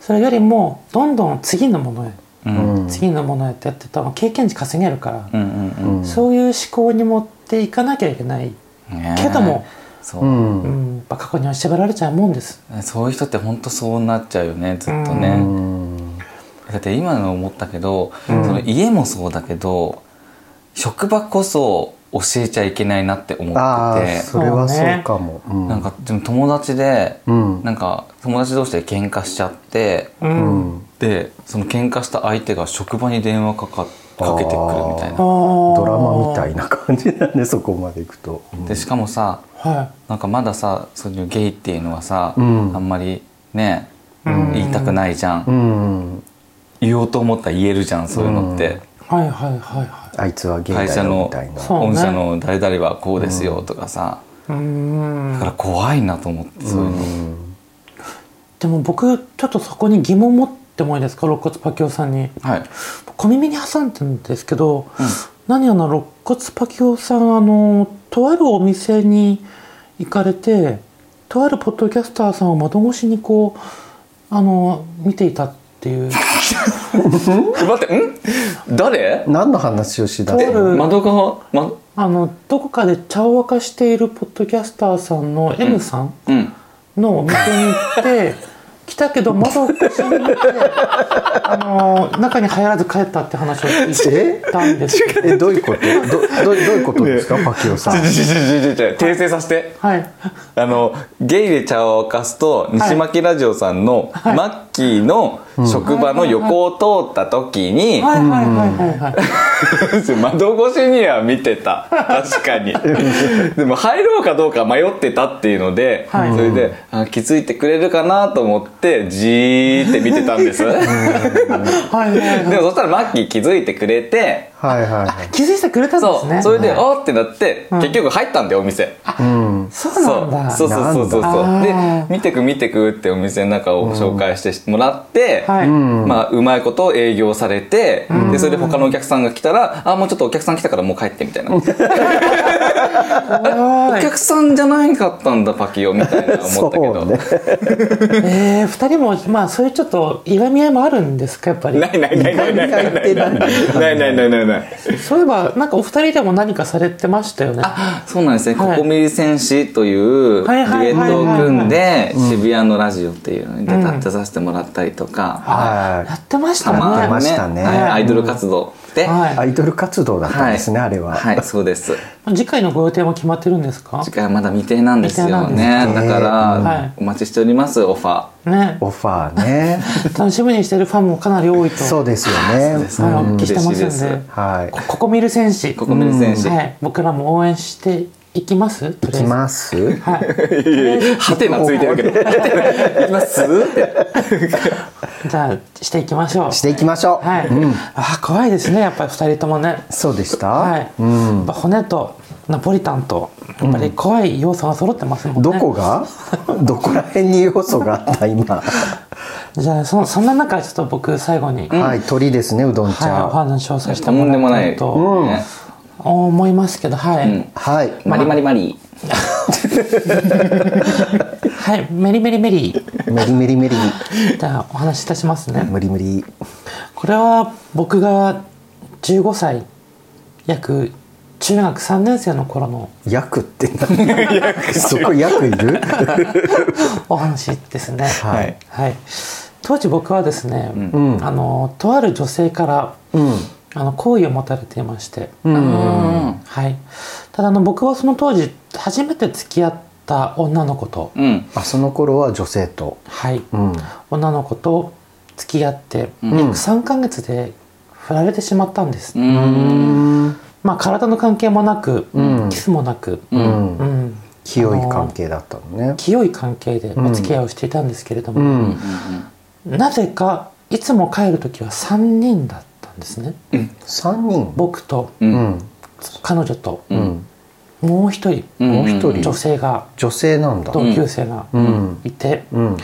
Speaker 1: それよりもどんどん次のものへ、
Speaker 2: う
Speaker 3: う
Speaker 2: ん
Speaker 3: うん
Speaker 2: ん
Speaker 1: 次のものへってやってたら経験値稼げるから、
Speaker 3: うんうん
Speaker 2: うん
Speaker 1: そういう思考に持っていかなきゃいけない
Speaker 3: ねえ
Speaker 1: けども、
Speaker 3: そうう、
Speaker 1: うんん、やっぱ過去には縛られちゃうもんです
Speaker 3: そういう人って本当そうなっちゃうよねずっとね、
Speaker 2: うん
Speaker 3: だって今の思ったけど、
Speaker 2: うん
Speaker 3: その家もそうだけど職場こそ教えちゃいけないなって思
Speaker 2: あ
Speaker 3: って
Speaker 2: あ
Speaker 3: て
Speaker 2: それはそうかも。う
Speaker 3: なんかでも友達で、
Speaker 2: うん
Speaker 3: なんか友達同士で喧嘩しちゃって
Speaker 1: う、
Speaker 2: うんん
Speaker 3: でその喧嘩した相手が職場に電話かかかけてくるみた
Speaker 1: あ
Speaker 3: いな
Speaker 1: ー
Speaker 2: ドラマみたいな感じだねそこまでいくと。うん
Speaker 3: でしかもさ
Speaker 1: は
Speaker 3: なんかまださそういうゲイっていうのはさ、
Speaker 2: うん
Speaker 3: あんまりね、
Speaker 1: うん
Speaker 3: 言いたくないじゃん、
Speaker 2: うん、
Speaker 3: 言おうと思ったら言えるじゃんそういうのって、
Speaker 2: うん
Speaker 1: いはいはいはいは
Speaker 2: あいつはゲイ
Speaker 3: 会
Speaker 2: だ
Speaker 3: 社
Speaker 2: よみ
Speaker 3: の
Speaker 2: たいな。
Speaker 1: そうね
Speaker 3: 御社の誰々はこうですよとかさ、
Speaker 1: いうーん
Speaker 3: だから怖いなと思ってそういうの、
Speaker 2: ん
Speaker 1: でも僕ちょっとそこに疑問持ってもいいですか肋骨パキオさんに
Speaker 3: はい
Speaker 1: 小耳に挟んでるんですけど、何やら肋骨パキオさんあのとあるお店に行かれてとあるポッドキャスターさんを窓越しにこうあの見ていたっていう
Speaker 3: 待ってん誰
Speaker 2: 何の話をしだ
Speaker 1: とあ
Speaker 2: すの
Speaker 1: る
Speaker 3: 窓側ま
Speaker 1: あのどこかで茶を沸かしているポッドキャスターさんの M さん
Speaker 3: うん
Speaker 1: のお店に行って来たけど窓越しに見てあの中に入らず帰ったって話を聞いたんですけど
Speaker 2: えどういうことどどどういうことですか、パキオさ
Speaker 3: ちょ
Speaker 2: ん
Speaker 3: ちょ。ちょちょちょちょ訂正させて
Speaker 1: はい
Speaker 3: あのゲイで茶を沸かすと西巻ラジオさんのマッキーの職場の横を通った時に
Speaker 1: はいはいはいはいはい
Speaker 3: 窓越しには見てた確 かにでも入ろうかどうか迷ってたっていうので、
Speaker 1: はい
Speaker 3: それであ気づいてくれるかなと思ってじーって見てたんですで
Speaker 1: はいはいはい
Speaker 3: もそしたらマッキー気づいてくれて
Speaker 2: はいはいはい。
Speaker 1: 気づいてくれたんで
Speaker 3: そ
Speaker 1: す
Speaker 3: う、
Speaker 1: ね
Speaker 3: それで、
Speaker 1: はい
Speaker 3: おーってなって、
Speaker 1: ん
Speaker 3: 結局入ったんだよお店
Speaker 2: うん。
Speaker 1: そうなんだ
Speaker 3: そうそうそうそうそう
Speaker 1: なんだあ
Speaker 3: で見てく見てくってお店の中を紹介してもらって、て、
Speaker 1: はい
Speaker 2: うん
Speaker 3: まあ、うまいこと営業されて、でそれで他のお客さんが来たら「あもうちょっとお客さん来たからもう帰って」みたいな「お
Speaker 1: 怖い
Speaker 3: 客さんじゃないかったんだパキオ」みたいな思ったけど、
Speaker 2: そうね
Speaker 1: えー、2人もまあそういうちょっといがみ合いもあるんですかやっぱり
Speaker 3: ないないないないないないないないないないないない
Speaker 1: そういえばなんかお二人でも何かされてましたよね
Speaker 3: あそうなんですね、
Speaker 1: はい
Speaker 3: ココミリ戦士というデ
Speaker 1: はい
Speaker 3: ュ
Speaker 1: はい
Speaker 3: エットを組んで
Speaker 2: はい
Speaker 3: 渋谷のラジオっていうのに出
Speaker 1: うん
Speaker 3: た出させてもらったりとか、
Speaker 1: や
Speaker 2: は
Speaker 1: ってました
Speaker 3: たま
Speaker 2: やってま
Speaker 1: ね
Speaker 2: し
Speaker 3: に
Speaker 2: たね
Speaker 3: ね、はいアイドル活動で、
Speaker 1: はい
Speaker 2: い。アイドル活動だったんですね、あれは。
Speaker 3: はいそうです
Speaker 1: 次回のご予定も決まってるんですか
Speaker 3: 次回はまだ未定なんですよ
Speaker 1: 未定
Speaker 3: ね
Speaker 2: なんですね
Speaker 3: だから、
Speaker 1: はい
Speaker 3: お待ちしておりますオファ
Speaker 1: ね
Speaker 2: オファーね。
Speaker 1: 楽しみにしてるファンもかなり多いと
Speaker 2: そうですよ
Speaker 3: ー
Speaker 2: ね。
Speaker 3: す
Speaker 1: はいお聞きしてま
Speaker 3: 嬉しいです
Speaker 1: ん
Speaker 3: す
Speaker 1: で
Speaker 2: はい。
Speaker 1: こここ見る戦士
Speaker 3: ココミリ戦士、
Speaker 1: はい、僕らも応援していきますと
Speaker 2: 行
Speaker 1: りあえ
Speaker 2: き
Speaker 1: ず
Speaker 2: ます。
Speaker 1: はい
Speaker 3: はてなついてる けど行きますって
Speaker 1: い、じゃあしていきましょう
Speaker 2: していきましょう。
Speaker 1: はい、
Speaker 2: うん。
Speaker 1: あー怖いですねやっぱり二人ともね
Speaker 2: そうでした。
Speaker 1: はい、
Speaker 2: うん。
Speaker 1: やっぱ骨とナポリタンとやっぱり怖い要素が揃ってますもんね、
Speaker 2: どこが。どこら辺に要素があった、今。
Speaker 1: じゃあそそんな中ちょっと僕最後に、はい、
Speaker 2: はい、鳥ですね、うどん
Speaker 1: お
Speaker 2: 茶。
Speaker 1: 話をさせて
Speaker 3: と
Speaker 1: も
Speaker 3: んでも
Speaker 1: ら
Speaker 3: な
Speaker 1: え
Speaker 3: い、
Speaker 1: たと
Speaker 3: ね
Speaker 1: 思いますけどはい、
Speaker 3: うん
Speaker 2: はい。
Speaker 3: マリマリマリ
Speaker 1: はいメリメリメリ
Speaker 2: メリメリメリ。
Speaker 1: じゃあお話しいたしますね、
Speaker 2: 無理無理。
Speaker 1: これは僕が15歳約中学3年生の頃の
Speaker 2: 役って何。そこ役いる。
Speaker 1: お話ですね
Speaker 2: はい。
Speaker 1: はい当時僕はですね、
Speaker 2: ん
Speaker 1: あのとある女性から
Speaker 2: うん。
Speaker 1: あの好意を持たれていまして、
Speaker 3: うん
Speaker 1: はい、ただあの僕はその当時初めて付き合った女の子と、
Speaker 3: うん
Speaker 2: あ、その頃は女性と。
Speaker 1: はい、
Speaker 2: うん。
Speaker 1: 女の子と付き合って、
Speaker 3: うん
Speaker 1: 約3ヶ月で振られてしまったんです、
Speaker 3: うん
Speaker 1: まあ体の関係もなく、
Speaker 2: うん
Speaker 1: キスもなく、う
Speaker 2: う。
Speaker 1: んん、
Speaker 2: 清い関係だったのね。
Speaker 1: 清い関係でお付き合いをしていたんですけれど
Speaker 2: う
Speaker 1: も、
Speaker 2: ん。
Speaker 1: なぜかいつも帰る時は3人だったんですね
Speaker 2: 三人。
Speaker 1: 僕と
Speaker 3: う
Speaker 2: うんん。
Speaker 1: 彼女と
Speaker 2: うん。
Speaker 1: もう一人
Speaker 2: もう一人
Speaker 1: 女性が
Speaker 2: 女性なんだ。
Speaker 1: 同級生が
Speaker 2: うん。
Speaker 1: いて、
Speaker 2: うん。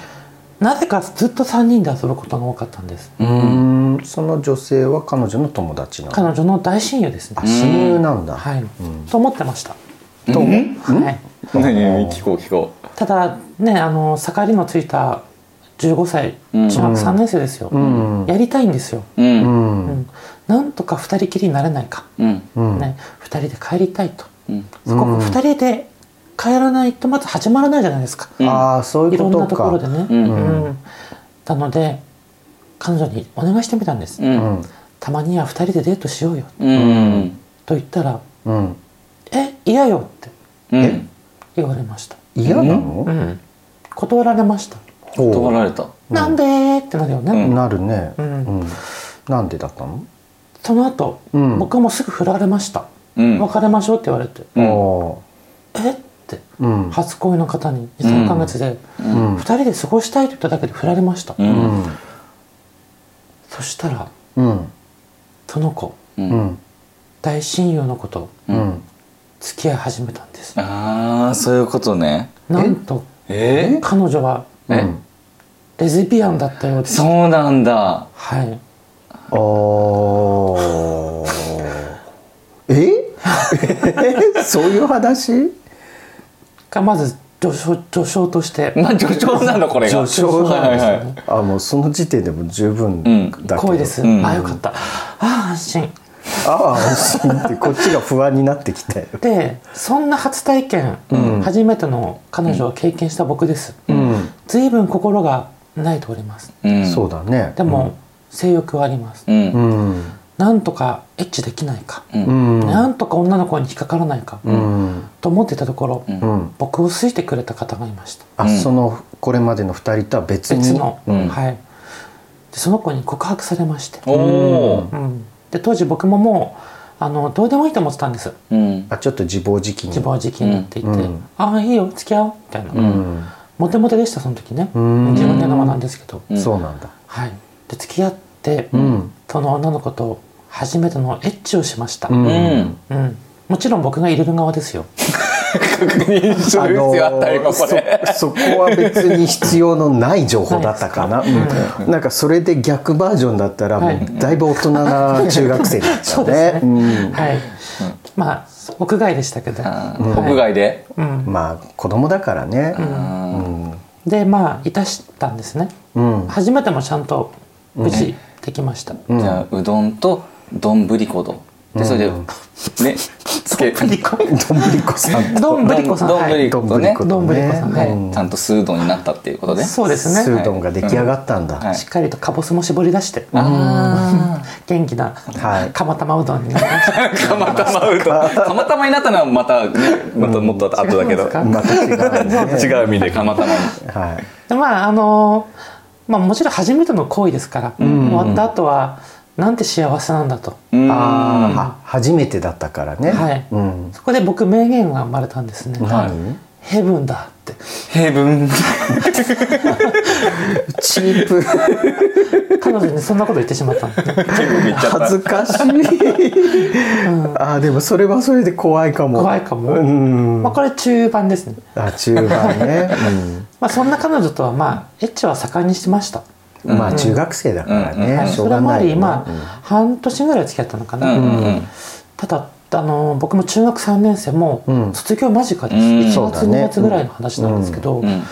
Speaker 1: なぜかずっと3人で遊ぶことが多かったんです、
Speaker 2: うん。その女性は彼女の友達な
Speaker 1: 彼
Speaker 2: の。
Speaker 1: 女の大親友ですね、
Speaker 2: あ、親友なんだ。
Speaker 1: はい、
Speaker 2: ん
Speaker 1: と思ってました、
Speaker 2: と。
Speaker 1: はい、
Speaker 3: 何聞こう聞こ
Speaker 1: ただねあの盛りのついた15歳
Speaker 3: うん
Speaker 1: 中学3年生ですよ、
Speaker 2: うん。
Speaker 1: やりたいんですよ、
Speaker 3: うう
Speaker 2: うん。
Speaker 1: うんん、なんとか2人きりになれないか、
Speaker 3: うん
Speaker 2: うん。
Speaker 1: ね、2人で帰りたいと
Speaker 3: うん
Speaker 1: そこ
Speaker 2: うん
Speaker 1: 2人で帰らないとまず始まらないじゃないですか、
Speaker 2: ああ、そうい
Speaker 1: いう
Speaker 2: こ
Speaker 1: ろん
Speaker 2: と
Speaker 1: なところ
Speaker 2: か
Speaker 1: で。ね、
Speaker 3: うん
Speaker 1: うんなので彼女にお願いしてみたんです、
Speaker 3: う
Speaker 2: うんん。
Speaker 1: たまには2人でデートしようよ
Speaker 3: うん
Speaker 1: と言ったら
Speaker 2: うん。
Speaker 1: 「え嫌よ」って
Speaker 3: うん
Speaker 1: 言われました、
Speaker 2: 嫌なの。
Speaker 1: ん、断られました
Speaker 2: ほう
Speaker 3: 断られた
Speaker 1: なんでーってなるよね、
Speaker 3: うん
Speaker 2: なるね。
Speaker 1: う
Speaker 2: うんん。なんでだったの。
Speaker 1: その後、
Speaker 2: うん
Speaker 1: 僕はもうすぐ振られました
Speaker 3: うん
Speaker 1: 別れましょうって言われて
Speaker 2: あ
Speaker 3: うん
Speaker 2: あ。
Speaker 1: 「えっ?」て
Speaker 2: うん。
Speaker 1: 初恋の方に23ヶ月で
Speaker 2: うん
Speaker 1: 2。人で過ごしたいと言っただけで振られました、
Speaker 3: うん
Speaker 2: うん。
Speaker 1: そしたら
Speaker 2: うん。
Speaker 1: その子
Speaker 3: うん
Speaker 2: うん。
Speaker 1: 大親友の子と
Speaker 2: うん。
Speaker 1: 付き合い始めたんです
Speaker 3: ああそういうことね
Speaker 1: なんと
Speaker 3: え
Speaker 1: 彼女は
Speaker 2: う
Speaker 3: え
Speaker 2: ん。
Speaker 1: レズビアンだったようです
Speaker 3: そうなんだ
Speaker 1: はい
Speaker 2: おーえ そういう話
Speaker 1: がまず序章序章として
Speaker 3: まあ序章なのこれ
Speaker 2: 序
Speaker 3: が
Speaker 2: 章
Speaker 3: はいは
Speaker 1: そうで
Speaker 3: い
Speaker 1: すよ
Speaker 3: は
Speaker 1: ね
Speaker 2: あもうその時点でも十分
Speaker 3: ん
Speaker 2: だけど、
Speaker 1: 恋です、
Speaker 3: うん
Speaker 1: あよかったああ安心
Speaker 2: ああ安心ってこっちが不安になってきたよ
Speaker 1: でそんな初体験、
Speaker 2: うん
Speaker 1: 初めての彼女を経験した僕です、
Speaker 2: うん、
Speaker 1: 随分心がないております
Speaker 3: いうん
Speaker 2: そうだね
Speaker 1: でも、性欲はあります、
Speaker 3: うん
Speaker 2: う
Speaker 3: うん
Speaker 2: ん
Speaker 1: なんとかエッチできないか、
Speaker 2: うん
Speaker 1: なんとか女の子に引っかからないか、
Speaker 2: うん
Speaker 1: と思っていたところ、
Speaker 3: ん
Speaker 2: うん
Speaker 1: 僕を好いてくれた方がいました
Speaker 2: あ、
Speaker 3: うん
Speaker 2: そのこれまでの二人とは別に
Speaker 1: 別の、
Speaker 3: うん
Speaker 1: はいでその子に告白されまして、
Speaker 3: おお
Speaker 1: うん、で当時僕ももうあのどうでもいいと思ってたんです
Speaker 3: うん
Speaker 2: あちょっと自暴自棄に
Speaker 1: 自暴自棄になっていて「
Speaker 2: うんうん
Speaker 1: ああいいよ付き合おう」みたいな、
Speaker 2: うん、
Speaker 1: モテモテでしたその時ね、
Speaker 2: ん
Speaker 1: 自分で言うのもなんですけど、
Speaker 3: ん
Speaker 2: そうなんだ
Speaker 1: はいで付き合って、
Speaker 2: ん
Speaker 1: その女の子と初めてのエッチをしました、
Speaker 2: う
Speaker 1: うん
Speaker 2: ん
Speaker 3: うん
Speaker 1: もちろん僕が入れる側ですよ
Speaker 3: 確認する必要あったり
Speaker 2: あの
Speaker 3: かこれ。
Speaker 2: そそこは別に必要のない情報だったかな、うんなんかそれで逆バージョンだったらも
Speaker 1: はいう
Speaker 2: だいぶ大人な中学生になっちゃうね
Speaker 1: そう
Speaker 2: うん
Speaker 1: はい、まあ屋外でしたけど、
Speaker 3: 屋外で。
Speaker 1: うん、
Speaker 2: まあ子供だからね
Speaker 1: でまあいたしたんですね、
Speaker 2: うん
Speaker 1: 初めてもちゃんと無事できました、
Speaker 3: じゃあうどんと丼ぶりこどでそれでねつけ
Speaker 1: ぶりこ
Speaker 2: どんぶりこさんと
Speaker 1: どんぶりこさん
Speaker 3: どんぶり
Speaker 2: どん
Speaker 3: こ
Speaker 2: ぶりこ
Speaker 3: ね
Speaker 1: どんぶりこさん
Speaker 2: ね
Speaker 1: はい
Speaker 2: うん
Speaker 3: ちゃんとスードになったっていうことで。
Speaker 1: そうです
Speaker 2: ス
Speaker 1: ね
Speaker 2: ードンが出来上がったんだ、
Speaker 3: はい
Speaker 1: しっかりとかぼすも絞り出して、
Speaker 3: あ
Speaker 1: 元気な
Speaker 2: はい
Speaker 1: 釜玉うどんになりました
Speaker 3: あ、かまたまうどん。かまたまになったのはまたね、またもっと後だけど。
Speaker 1: 違うん
Speaker 2: また違うね
Speaker 3: 違う意味でかまたまに。
Speaker 2: はい
Speaker 1: でまああのまあもちろん初めての行為ですから、終わった後はなんて幸せなんだと、
Speaker 3: うん
Speaker 2: あーあ初めてだったからね、
Speaker 1: はい
Speaker 2: うん、
Speaker 1: そこで僕名言が生まれたんですね、
Speaker 2: 何
Speaker 1: ヘブンだって
Speaker 3: ヘブン。
Speaker 2: チープ
Speaker 1: 彼女にそんなこと言ってしま ったんですね
Speaker 3: ヘブンめっちゃった。
Speaker 2: 恥ずかしい、あーでもそれはそれで怖いかも
Speaker 1: 怖いかも
Speaker 2: うん、
Speaker 1: まあこれ中盤ですね
Speaker 2: あ中盤ね、
Speaker 1: まあそんな彼女とはまあエッチは盛んにしてました、
Speaker 2: うん、まあ中学生だからね、
Speaker 3: うん
Speaker 1: はい
Speaker 2: しょ
Speaker 1: そうれ
Speaker 2: が
Speaker 1: もあ
Speaker 2: ない
Speaker 1: り
Speaker 2: よね
Speaker 1: まあ、半年ぐらい付き合ったのか
Speaker 3: う
Speaker 1: な、
Speaker 3: んうんうん。
Speaker 1: ただあの僕も中学3年生も
Speaker 2: うん
Speaker 1: 卒業間近です、
Speaker 3: うん
Speaker 1: 1
Speaker 2: そうだ
Speaker 1: 月
Speaker 2: ね
Speaker 1: 2月ぐらいの話なんですけど、
Speaker 3: うん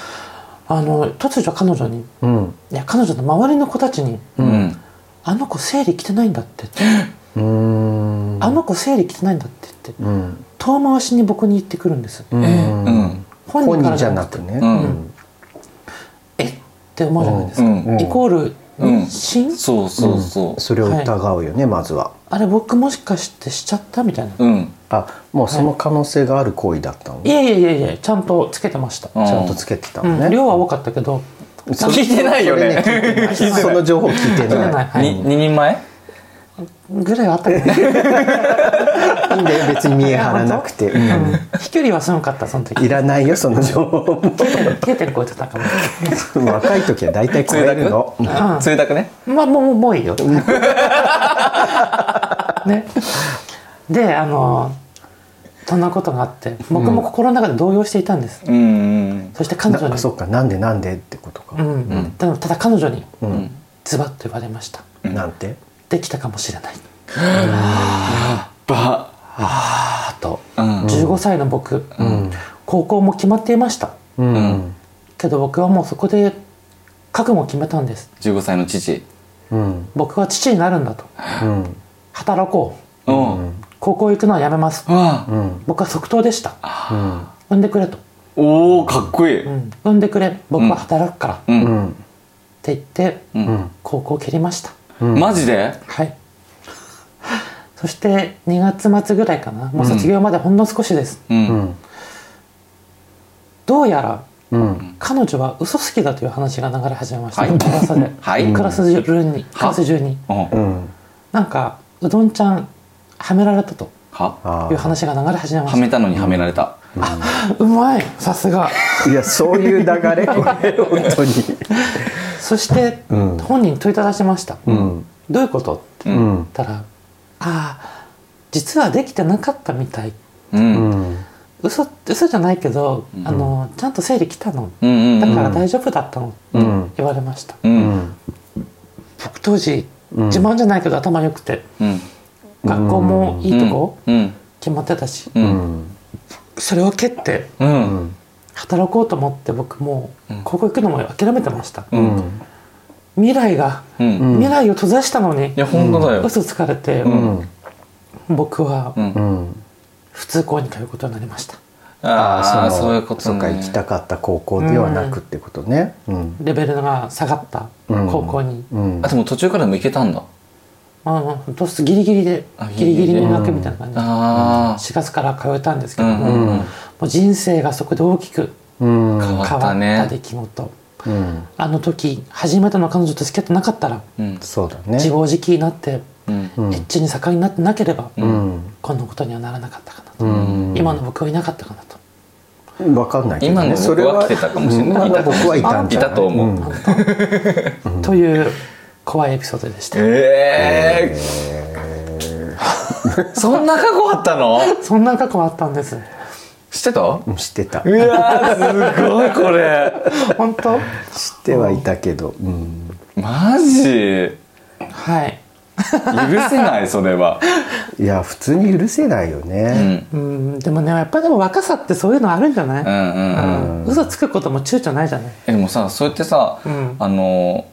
Speaker 1: あの突如彼女に
Speaker 2: うん
Speaker 1: いや彼女の周りの子たちに
Speaker 3: うん。
Speaker 1: 「あの子生理来てないんだ」って
Speaker 2: うーん
Speaker 1: 「あの子生理来てないんだ」って言って
Speaker 2: うん
Speaker 1: 遠回しに僕に言ってくるんです、
Speaker 2: うん
Speaker 3: うん。
Speaker 2: 本人じゃなくね、
Speaker 3: う。
Speaker 2: うん
Speaker 1: えって思うじゃないです
Speaker 3: う
Speaker 1: か、
Speaker 3: ん。
Speaker 2: ん
Speaker 1: イコール妊娠、
Speaker 3: そうそうそ
Speaker 2: それを疑うよね、まずは
Speaker 1: あれ僕もしかしてしちゃったみたいな、
Speaker 3: う。うん。
Speaker 2: あもうその可能性がある行為だったの、
Speaker 1: いやいやいやいやちゃんとつけてました、
Speaker 3: うん
Speaker 2: ちゃんとつけてた
Speaker 1: う
Speaker 2: の
Speaker 1: ん
Speaker 2: ね、
Speaker 1: 量は多かったけど
Speaker 2: そ
Speaker 3: 聞いてないよね
Speaker 2: それ聞いてないその情報聞いて
Speaker 1: 聞いて
Speaker 2: な
Speaker 1: ないい
Speaker 3: に二人前
Speaker 1: ぐらいはあったけど ね
Speaker 2: いいんだよ別に見え張らなくて、うん
Speaker 1: 飛距離はすごかったその時
Speaker 2: いらないよその情報も
Speaker 1: 9点超えてたかも
Speaker 2: 若い時は大体超えるのうん
Speaker 1: うん
Speaker 3: つゆだくね。
Speaker 1: まあもうもういいよ。ね。であのそんなことがあって僕も心の中で動揺していたんです。
Speaker 3: うんうん。
Speaker 1: そして彼女
Speaker 2: な
Speaker 1: に
Speaker 2: そっかなんでなんでってこと
Speaker 1: う
Speaker 2: か、
Speaker 1: ん、でもただ彼女に
Speaker 2: うん
Speaker 1: ズバッと言われました。
Speaker 2: なんて
Speaker 1: できたかもしれない。
Speaker 3: ば。
Speaker 1: あと
Speaker 3: うん。
Speaker 1: 15歳の僕、高校も決まっていました。
Speaker 2: うん、
Speaker 3: うん
Speaker 1: けど僕はもうそこで覚悟を決めたんです。
Speaker 3: 15歳の父。
Speaker 2: うん
Speaker 1: 僕は父になるんだと。
Speaker 2: うん
Speaker 1: 働こう。
Speaker 3: うん。う
Speaker 1: 高校行くのはやめます。
Speaker 3: わあ。
Speaker 1: 僕は即答でした。
Speaker 2: うん
Speaker 1: 産んでくれと。
Speaker 3: おお、かっこいい。
Speaker 1: う、
Speaker 3: うん。
Speaker 1: 産んでくれ僕は働くから、っ
Speaker 2: うんん
Speaker 1: て言って、
Speaker 3: うん。
Speaker 1: 高校を蹴りました
Speaker 2: うん
Speaker 3: マジで
Speaker 1: はいそして2月末ぐらいかなもう卒業までほんの少しです、
Speaker 3: う。
Speaker 2: うんん
Speaker 1: どうやら
Speaker 2: うん
Speaker 1: 彼女は嘘好きだという話が流れ始めました、
Speaker 3: はい
Speaker 1: 噂で、
Speaker 3: はい
Speaker 1: クラス中にクラス中に
Speaker 3: う。
Speaker 2: うんん
Speaker 1: なんかうどんちゃんはめられたと
Speaker 3: は
Speaker 2: あ
Speaker 1: いう
Speaker 2: ー
Speaker 1: 話が流れ始めま
Speaker 3: は
Speaker 1: し
Speaker 3: めたのにはめられた。
Speaker 1: たうまいさすが
Speaker 2: いやそういう流れこれ本当に
Speaker 1: そして、
Speaker 2: うん
Speaker 1: 本人に問いただしました、
Speaker 2: ん
Speaker 1: どういうことって
Speaker 3: う。
Speaker 2: うんん
Speaker 1: たら「ああ実はできてなかったみたい
Speaker 3: うん。う
Speaker 2: うんん
Speaker 1: 嘘嘘じゃないけど、あのちゃんと生理来たの
Speaker 3: うん。
Speaker 1: だ
Speaker 3: う
Speaker 1: か
Speaker 3: ん
Speaker 1: ら大丈夫だったの」って
Speaker 2: うん
Speaker 1: 言われました、
Speaker 3: うん。
Speaker 1: 僕当時
Speaker 2: ん
Speaker 1: 自慢じゃないけど頭良くて
Speaker 3: うん。
Speaker 1: 学校もいいとこ
Speaker 3: うん。
Speaker 1: 決まってたし、
Speaker 3: う。
Speaker 2: うんん
Speaker 1: それを蹴って
Speaker 3: うん。
Speaker 1: 働こうと思って僕もう高校行くのも諦めてました、
Speaker 3: う。
Speaker 2: うんん
Speaker 1: 未来が、
Speaker 3: うん。
Speaker 1: 未来を閉ざしたのに
Speaker 3: いや、本当だよ。
Speaker 1: 嘘つかれて、
Speaker 2: うんん
Speaker 1: 僕は
Speaker 3: うん。
Speaker 2: うん
Speaker 1: 普通校に通うことになりました
Speaker 3: あ
Speaker 2: ーの
Speaker 3: あ、そういうこと
Speaker 2: そう
Speaker 3: ね
Speaker 2: か行きたかった高校ではなくってことねうん
Speaker 1: レベルが下がった高校に、
Speaker 2: うん
Speaker 3: あ、でも途中からでも行けたんだ。
Speaker 1: あの本当ギリギリで
Speaker 3: あギ
Speaker 1: ギ
Speaker 3: リ
Speaker 1: リ
Speaker 3: ギリ
Speaker 1: ギ
Speaker 3: で
Speaker 1: リ入学みたいな感じで
Speaker 3: あ
Speaker 1: 4月から通えたんですけども,、
Speaker 3: うんうん
Speaker 1: もう人生がそこで大きく
Speaker 2: うん
Speaker 3: あ、変
Speaker 1: 変わ
Speaker 3: わ
Speaker 1: っ
Speaker 3: った
Speaker 1: た
Speaker 3: ね
Speaker 1: 出。来事、
Speaker 2: うん
Speaker 1: あの時初めての彼女と付き合ってなかったら
Speaker 3: うん。
Speaker 2: そうだ
Speaker 1: 自
Speaker 2: ね
Speaker 1: 暴自棄になって、
Speaker 3: うん。
Speaker 2: うん
Speaker 1: エッチに盛んになってなければ、
Speaker 2: うん
Speaker 1: こんなことにはならなかったかなと、
Speaker 2: うん
Speaker 1: 今の僕はいなかったかなと
Speaker 2: わかんないけど、ね、
Speaker 3: 今の
Speaker 2: それ
Speaker 3: 僕は来てたかもしれな
Speaker 2: うん
Speaker 3: い
Speaker 2: 今の僕はいたんじゃない
Speaker 3: いたと思うん
Speaker 1: という怖いエピソードでした、
Speaker 3: え え。そんな過去あったの
Speaker 1: そんな過去はあったんです
Speaker 3: してたう
Speaker 2: うん知ってた知
Speaker 3: わーすごいこれ
Speaker 1: 本 当
Speaker 2: ってはいたけど、うん、
Speaker 3: マジ
Speaker 1: はい
Speaker 3: 許せないそれはい
Speaker 2: や普通に許せないよ
Speaker 3: うんう
Speaker 2: ね、
Speaker 3: ん
Speaker 1: うんでもねやっぱりでも若さってそういうのあるんじゃない、
Speaker 3: うんうん
Speaker 1: うん嘘つくことも躊躇ないじゃない
Speaker 3: えでもさそうやってさ、
Speaker 1: うん
Speaker 3: あの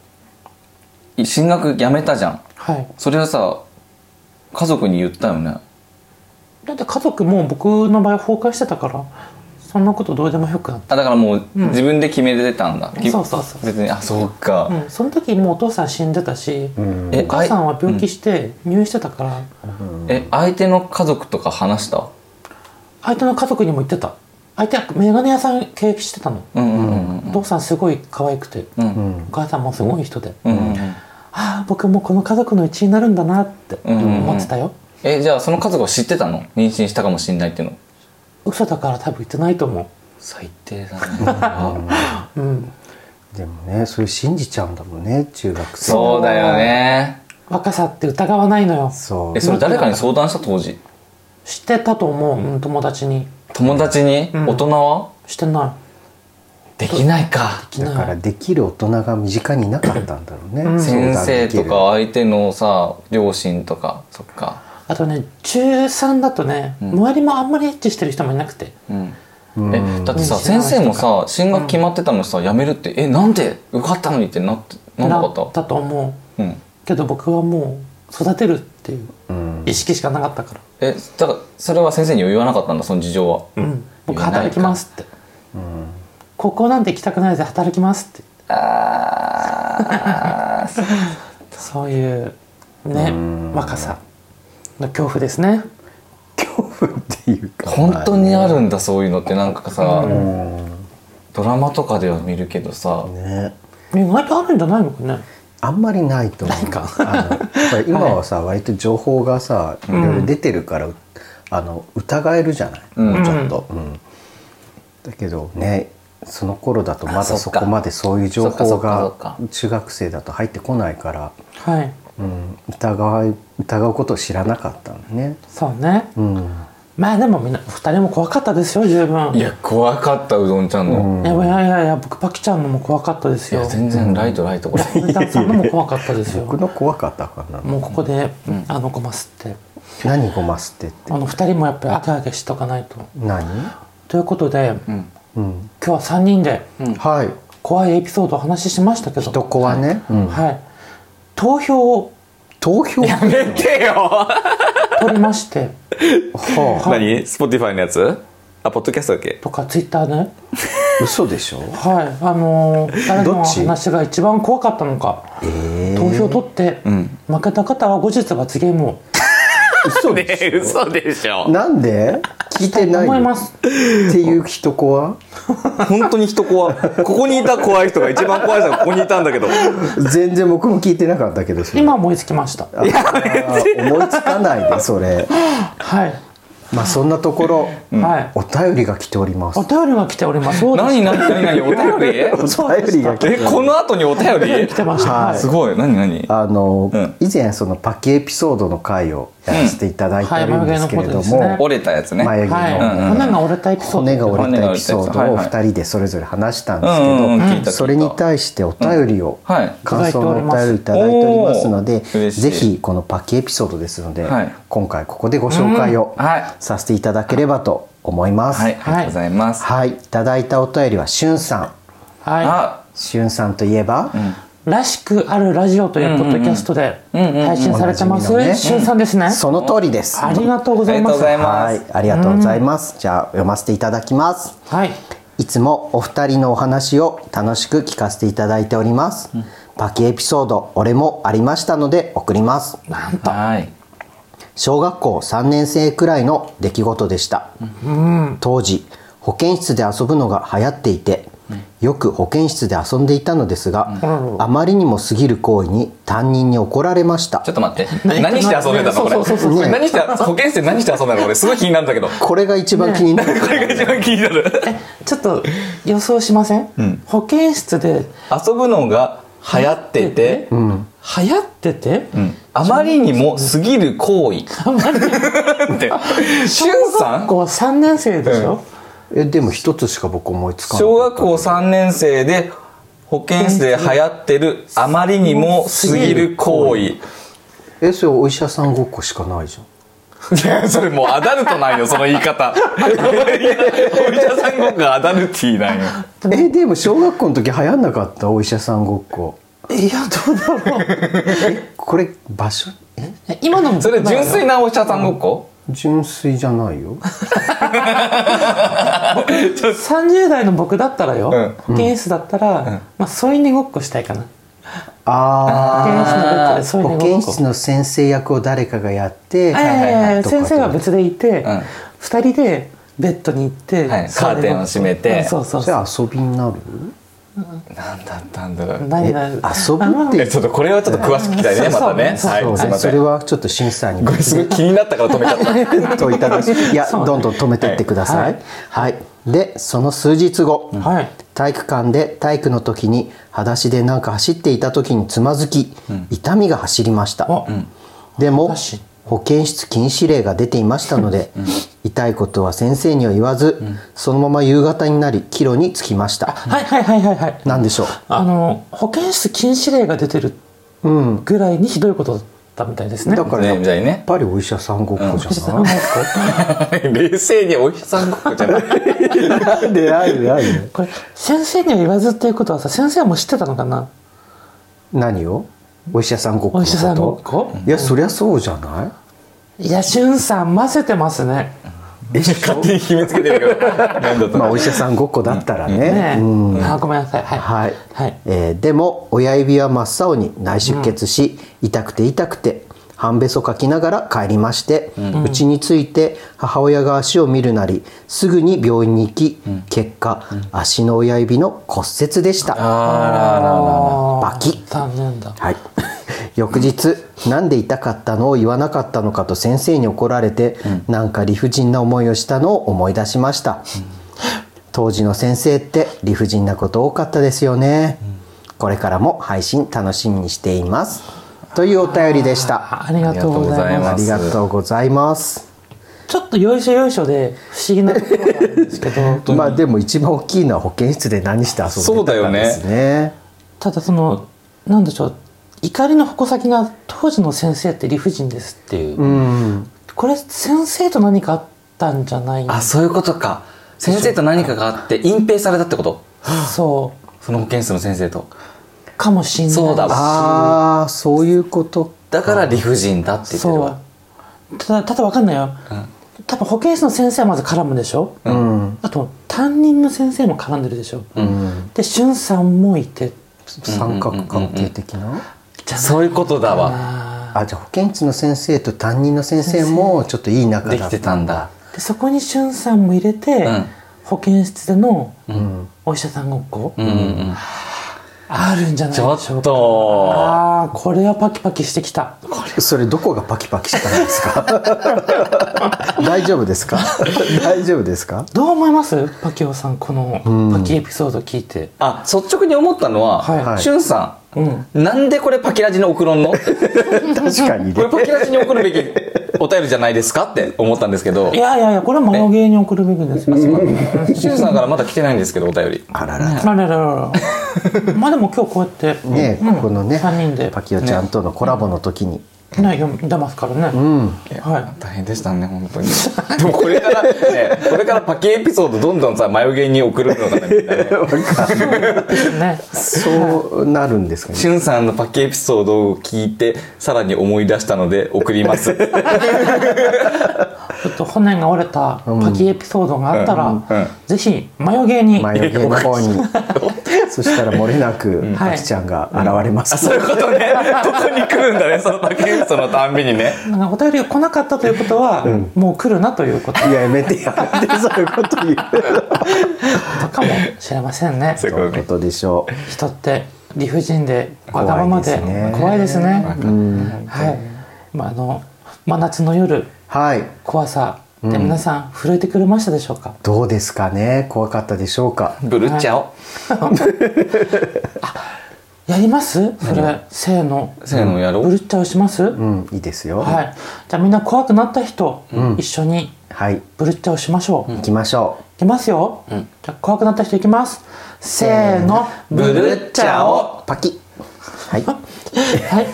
Speaker 3: い進学やめたじゃん
Speaker 1: はい
Speaker 3: それはさ家族に言ったよね
Speaker 1: だって家族も僕の場合崩壊してたからそんなことどうでもよくなっ
Speaker 3: あだからもう、
Speaker 1: ん
Speaker 3: 自分で決めてたんだき
Speaker 1: そうそうそう
Speaker 3: 別にあそうか、
Speaker 1: た、うん、その時もうお父さん死んでたし、
Speaker 2: うん
Speaker 3: え
Speaker 1: お母さんは病気
Speaker 3: し、
Speaker 1: して入院してたから、
Speaker 3: うんえ相手の家族とか話した
Speaker 1: 相手の家族にも言ってた相手はメガネ屋さん経営してたの、
Speaker 3: うんうんうん
Speaker 1: お父さんすごい可愛くて、
Speaker 3: うんう
Speaker 2: うんん
Speaker 1: お母さんもすごい人で、
Speaker 3: うんうん
Speaker 1: ああ僕もこの家族の一員になるんだなって思ってたよ、
Speaker 3: えじゃあその家族は知ってたの妊娠したかもしれないっていうの
Speaker 1: 嘘だから多分言ってないと思
Speaker 3: 最 低だね
Speaker 1: ううん
Speaker 2: でもねそれ信じちゃうんだもんね中学生
Speaker 3: そうだよね
Speaker 1: 若さって疑わないのよ
Speaker 2: そう
Speaker 3: えそれ誰かに相談した当時
Speaker 1: 知ってたと思う、うん、友達に
Speaker 3: 友達に、
Speaker 1: うん
Speaker 3: 大人は
Speaker 1: してな
Speaker 3: できないか
Speaker 1: い
Speaker 2: だからできる大人が身近にいなかったんだろうね、
Speaker 1: うん
Speaker 2: 相
Speaker 3: 先
Speaker 2: 談
Speaker 3: 生
Speaker 2: でき
Speaker 3: と
Speaker 2: る
Speaker 3: か相手のさ両親とかそっか
Speaker 1: あとね中3だとね、
Speaker 3: ん
Speaker 1: 周りもあんまりエッチしてる人もいなくて
Speaker 3: うん
Speaker 2: うん
Speaker 3: えだってさ
Speaker 1: うん
Speaker 3: 先生もさ進学決まってたのにさ辞めるってえなんで受かったのにってなってなんなかった
Speaker 1: だと思う
Speaker 3: うん
Speaker 1: けど僕はもう育てるっていう
Speaker 2: うん
Speaker 1: 意識しかなかったから、
Speaker 3: えだからそれは先生には言わなかったんだその事情は
Speaker 1: うん、僕働きますって高校なんて行きたくないで働きますって
Speaker 3: あー
Speaker 1: そういうね
Speaker 2: うん
Speaker 1: 若さの恐怖ですね
Speaker 2: 恐怖っていうか
Speaker 3: 本当にあるんだそういうのってなんかさ
Speaker 1: う
Speaker 3: ドラマとかでは見るけどさ
Speaker 2: うんね
Speaker 1: 意外とあるんじゃないのかね
Speaker 2: あんまりないと思
Speaker 1: な
Speaker 2: う
Speaker 1: いか
Speaker 2: あのやっぱり今はさ、割と情報がさいろいろ出てるから、あの疑えるじゃない、
Speaker 3: うん
Speaker 2: もうちょっと、うんだけどねその頃だとまだ
Speaker 3: あそっか
Speaker 2: そこまでそういう情
Speaker 3: そ
Speaker 2: 報
Speaker 3: っかそっ
Speaker 2: が
Speaker 3: かそっ
Speaker 2: 中学生だと入ってこないから、
Speaker 1: はい
Speaker 2: うん、疑い疑うことを知らなかったのね、
Speaker 1: そうね
Speaker 2: うん
Speaker 1: まあでもみんな二人も怖かったですよ十分
Speaker 3: いや怖かったうどんちゃんの
Speaker 1: いやいやいやいや僕パキちゃんのも怖かったです
Speaker 3: いや
Speaker 1: よ
Speaker 3: 全然ライトライトこれ
Speaker 1: ダンさんのも怖かったですよ
Speaker 2: 僕の怖かったかな
Speaker 1: もうここで、あのゴマ吸って
Speaker 2: 何ごますってって
Speaker 1: あの二人もやっぱりアゲアゲしとかないと
Speaker 2: 何、
Speaker 1: ということで、今
Speaker 2: うん、
Speaker 1: 日は三人で
Speaker 2: はい
Speaker 1: 怖いエピソードをお話ししましたけど
Speaker 2: 人子はね、うん
Speaker 1: はい投票を
Speaker 2: 投票
Speaker 3: やめてよ
Speaker 1: 取りまして
Speaker 2: はあ、
Speaker 3: 何 Spotify のやつあポッドキャストだっけ
Speaker 1: とかツイッターで、ね、
Speaker 2: 嘘でしょ
Speaker 1: はいあのー誰
Speaker 2: ど
Speaker 1: の
Speaker 2: っち
Speaker 1: 話が一番怖かったのか
Speaker 2: え
Speaker 1: 投票取って、
Speaker 3: ん
Speaker 1: 負けた方は後日罰ゲームを
Speaker 2: 嘘でしょ、
Speaker 3: 嘘でしょ
Speaker 2: なんで聞いてない
Speaker 1: 思い
Speaker 2: の
Speaker 1: ま
Speaker 2: っ
Speaker 1: す
Speaker 2: ていう人子は
Speaker 3: 本当に人怖ここにいた怖い人が一番怖い人がここにいたん だけど
Speaker 2: 全然僕も聞いてなかったけどそれ
Speaker 1: 今思いつきました
Speaker 2: あー思いつかないでそれ
Speaker 1: はい、
Speaker 2: まあそんなところ、
Speaker 1: はい
Speaker 2: お便りが来ております
Speaker 1: お便りが来ておりますそうです
Speaker 3: 何何何何お 便り
Speaker 2: お便りが来
Speaker 3: え
Speaker 2: て
Speaker 3: この後にお便り
Speaker 1: 来てました、
Speaker 2: はい
Speaker 1: はい
Speaker 3: すごい何何
Speaker 2: あの、
Speaker 3: うん
Speaker 2: 以前そのパケエピソードの回をやらせていただいてるんですけれども、
Speaker 1: うんはい
Speaker 3: 折れたやつね
Speaker 2: 眉毛
Speaker 1: はい、
Speaker 2: の
Speaker 3: うんうん
Speaker 1: 骨が折れたエピソード
Speaker 2: 骨が折れたエピソードを
Speaker 3: はいはい
Speaker 2: 2人でそれぞれ話したんで
Speaker 3: うんうんうん
Speaker 2: す
Speaker 3: 聞
Speaker 2: け
Speaker 3: いた聞いた
Speaker 2: どそれに対してお便りを
Speaker 3: うんはい
Speaker 2: 感想のお便りいただいておりますの
Speaker 3: お
Speaker 2: で
Speaker 3: ー嬉しい
Speaker 2: ぜひこのパケエピソードですので
Speaker 3: はい
Speaker 2: 今回ここでご紹介を
Speaker 3: うんはい
Speaker 2: させていただければと思います。
Speaker 3: はいありがとうございます
Speaker 2: はい、いただいたお便りはしゅんさん。
Speaker 1: は
Speaker 3: あ
Speaker 2: しゅんさんといえば、
Speaker 1: い、らしくあるラジオというポッドキャストで配信されてます、
Speaker 2: うんうんうん
Speaker 1: しゅんさんですね、
Speaker 2: その通りです。
Speaker 1: ありがとうございま
Speaker 3: ありがとう
Speaker 1: す
Speaker 3: ございま
Speaker 2: はい、ありがとうございます。じゃあ読ませていただきます。
Speaker 1: はい
Speaker 2: いつもお二人のお話を楽しく聞かせていただいております。パケエピソード、俺もありましたので送ります。
Speaker 1: なんと
Speaker 3: はい
Speaker 2: 小学校3年生くらいの出来事でした。当時、保健室で遊ぶのが流行っていて、よく保健室で遊んでいたのですが、あまりにも過ぎる行為に担任に怒られました
Speaker 3: ちょ。っと 待って何して遊んでたのこれ
Speaker 1: そうそうそうそう
Speaker 3: 何して保健室で何して遊んでたの俺すごい気になるんだけどこ
Speaker 2: これが一番気になる。
Speaker 3: れが一番気に なる
Speaker 1: えちょっと予想しません、保健室で
Speaker 3: 遊ぶのが流行っていて、
Speaker 1: 流行ってて、
Speaker 3: あまりにも過ぎる行為
Speaker 1: あんまり
Speaker 3: ってしゅん
Speaker 1: 小
Speaker 3: さ
Speaker 1: 学
Speaker 3: ん
Speaker 1: 校3年生でしょ、
Speaker 2: えでも一つしか僕思いつかない
Speaker 3: 小学校3年生で保健室で流行ってるあまりにも過ぎる行 為
Speaker 2: えそれお医者さんごっこしかないじゃん
Speaker 3: いやそれもうアダルトなんよその言い方いやお医者さんごっこがアダルティーなんよ
Speaker 2: えでも小学校の時流行んなかったお医者さんごっこ
Speaker 1: いやどうだ ろう
Speaker 2: えこれ場所え
Speaker 1: え今のも
Speaker 3: それ純粋なお医者さんごっこ
Speaker 2: 純粋じゃな いよ
Speaker 1: 30代の僕だったらよ、
Speaker 3: うん
Speaker 1: 保健室だったら、まあ、添い寝ごっこしたいかな保健室のベッ
Speaker 2: あ
Speaker 1: ドで
Speaker 2: あ
Speaker 1: 添い
Speaker 2: 保
Speaker 1: 寝ご
Speaker 2: 健
Speaker 1: っこ
Speaker 2: 室の先生役を誰かがやって、
Speaker 1: はいはいはい
Speaker 2: とか
Speaker 1: 先生は別でいて、
Speaker 3: うん
Speaker 1: 二2人でベッドに行って、
Speaker 3: はいカーテンを閉めて
Speaker 1: うんそうそう
Speaker 2: そ
Speaker 1: そ
Speaker 2: れ
Speaker 1: う
Speaker 2: 遊びになる
Speaker 3: 何だったんだろう
Speaker 1: 何々
Speaker 2: 遊ぶ
Speaker 1: あ
Speaker 2: っ
Speaker 1: の
Speaker 2: て
Speaker 3: えちょっとこれはちょっと詳しく聞きたいね
Speaker 1: うん
Speaker 3: またね
Speaker 1: そう
Speaker 3: はいすいま
Speaker 2: そ
Speaker 3: せ
Speaker 2: れ
Speaker 3: ん
Speaker 2: はちょっと審査に
Speaker 3: これすごい気になったから止めちゃった
Speaker 2: といただ きいやどんどん止めてってくださいはい、でその数日後、
Speaker 1: はい
Speaker 2: 体育館で体育の時に裸足でなんか走っていた時につまずき、痛みが走りました、
Speaker 1: あ
Speaker 2: でも
Speaker 1: 裸足
Speaker 2: 保健室禁止令が出ていましたので、痛いことは先生には言わず、そのまま夕方になり帰路に着きました、
Speaker 1: はいはいはいはいはい
Speaker 2: なんでしょ
Speaker 1: あの保健室禁止令が出てる
Speaker 2: ううん
Speaker 1: ぐらいにひどいことだったみたいですね
Speaker 2: だからや
Speaker 3: ね
Speaker 2: っ
Speaker 3: みたいにね
Speaker 2: ぱりお医者さんごっこじゃない、
Speaker 3: 冷静にお医者さんごっこじゃない
Speaker 2: なん でなんでなんで
Speaker 1: これ先生には言わずっていうことはさ先生はもう知ってたのかな
Speaker 2: 何をお医者さんごっ
Speaker 1: お
Speaker 2: この
Speaker 1: 医者さんごっ
Speaker 2: こ
Speaker 1: こと
Speaker 2: いやそりゃそうじゃない
Speaker 1: いやしゅんさん混ぜてますね
Speaker 3: 勝手に決めつけてるけど何だった
Speaker 2: まあ
Speaker 3: の
Speaker 2: お医者さんごっこだったらね。
Speaker 1: ねえ、
Speaker 2: うん
Speaker 1: あごめんなさいはい
Speaker 2: はい。
Speaker 1: はい
Speaker 2: えーでも親指は真っ青に内出血し、痛くて痛くて半べそかきながら帰りましてうち、に着いて母親が足を見るなりすぐに病院に行き、結果、足の親指の骨折でした。バキッ
Speaker 1: 残念だ
Speaker 2: はい。 翌日、なんで痛かったのを言わなかったのかと先生に怒られて、なんか理不尽な思いをしたのを思い出しました。当時の先生って理不尽なこと多かったですよね。これからも配信楽しみにしています。というお便りでした。
Speaker 1: あありがとうございます
Speaker 2: ありがとうございます。
Speaker 1: ちょっとよいしょよいしょで不思議なところなんですけ ど
Speaker 2: まあでも一番大きいのは保健室で何して遊んでたかですね。
Speaker 3: そうだよね
Speaker 1: ただそのなんでしょう怒りの矛先が当時の先生って理不尽ですっていう、
Speaker 2: うん。
Speaker 1: これ先生と何かあったんじゃない
Speaker 3: あそういうことか先生と何かがあって隠蔽されたってこと
Speaker 1: そう
Speaker 3: その保健室の先生と
Speaker 1: かもしんない
Speaker 3: そうだわ
Speaker 2: ああ、そういうこと。
Speaker 3: だから理不尽だって言ってる
Speaker 1: そ
Speaker 3: わ
Speaker 1: うただただわかんないよ、多分保健室の先生はまず絡むでしょ、
Speaker 2: うん。
Speaker 1: あと担任の先生も絡んでるでしょ、でしゅんさんもいて
Speaker 2: 三角関係的な。
Speaker 1: じゃない
Speaker 3: そういうことだわ
Speaker 1: あ
Speaker 2: あじゃあ保健室の先生と担任の先生もちょっといい仲だ
Speaker 3: で
Speaker 2: った
Speaker 3: きてたんだ
Speaker 1: ーでそこにしゅんさんも入れて、
Speaker 3: うん
Speaker 1: 保健室での
Speaker 2: うん
Speaker 1: お医者さんごっこ、
Speaker 3: うんうん
Speaker 1: あるんじゃないで
Speaker 3: ち
Speaker 1: しょ
Speaker 3: ょ
Speaker 1: うか
Speaker 3: っと
Speaker 1: ああこれはパキパキしてきた
Speaker 2: それどこがパキパキしたんですか大丈夫ですか大丈夫ですか
Speaker 1: どう思いますパキオさんこのパキエピソード聞いて、
Speaker 3: あ率直に思ったのは、
Speaker 1: はいはい
Speaker 3: しゅんさん、
Speaker 1: うん
Speaker 3: なんでこれパキラジに送 るのって
Speaker 2: 確かに
Speaker 3: これ
Speaker 2: ね
Speaker 3: パキラジに送るべきお便りじゃないですかって思ったんですけど
Speaker 1: いやいやいやこれは物芸に送るべきですよ
Speaker 3: しゅんさんからまだ来てないんですけどお便り
Speaker 2: あらら
Speaker 1: あららら らまあでも今日こうやって
Speaker 2: ね
Speaker 1: うん
Speaker 2: ここのね
Speaker 1: 三人で
Speaker 2: パキオちゃんとのコラボの時に、
Speaker 1: ね読んでますからね、は
Speaker 3: 大変でしたね本当に でもこれからねこれからパキエピソードどんどんさ眉毛に送るのかな みたいなね
Speaker 1: いね
Speaker 2: そうなるんですかね
Speaker 3: しゅんさんのパキエピソードを聞いてさらに思い出したので送ります
Speaker 1: ちょっと骨が折れたパキエピソードがあったら、
Speaker 3: うんうんうん
Speaker 1: ぜひ眉毛に
Speaker 2: 眉毛の方にそしたら漏れなく
Speaker 1: はい
Speaker 2: パキちゃんが現れます、
Speaker 3: そういうことねここに来るんだねそのパキエピソードのたんびにね
Speaker 1: なんかお便りが来なかったということは、もう来るなということ
Speaker 2: いややめてやめてそういうこと言う
Speaker 1: かもしれませんね
Speaker 3: そう
Speaker 2: どうい
Speaker 3: いう
Speaker 2: う
Speaker 3: こと
Speaker 2: こ
Speaker 3: ね
Speaker 2: とでしょう
Speaker 1: 人って理不尽でわがままで怖
Speaker 2: 怖
Speaker 1: い
Speaker 2: い
Speaker 1: で
Speaker 2: ですす
Speaker 1: ね
Speaker 3: わかる
Speaker 1: はい、まあ、あの真夏の夜
Speaker 2: はい
Speaker 1: 怖さで皆さん震えてくれましたでしょうか、
Speaker 2: どうですかね怖かったでしょうか
Speaker 3: ブルッチャオ
Speaker 1: いやりますそれせーの
Speaker 3: せーのやろう
Speaker 1: ブルッチャーします、
Speaker 2: うん、いいですよ。。
Speaker 1: はいいじゃあみんな怖くなった人、一緒に
Speaker 2: はい。
Speaker 1: ブルッチャーをしましょう、
Speaker 2: 行きましょ
Speaker 1: いきますよ、じゃあ怖くなった人いきますせーの
Speaker 3: ブ
Speaker 2: う。
Speaker 3: ルッチャーを
Speaker 2: パキッ。はい。
Speaker 1: はい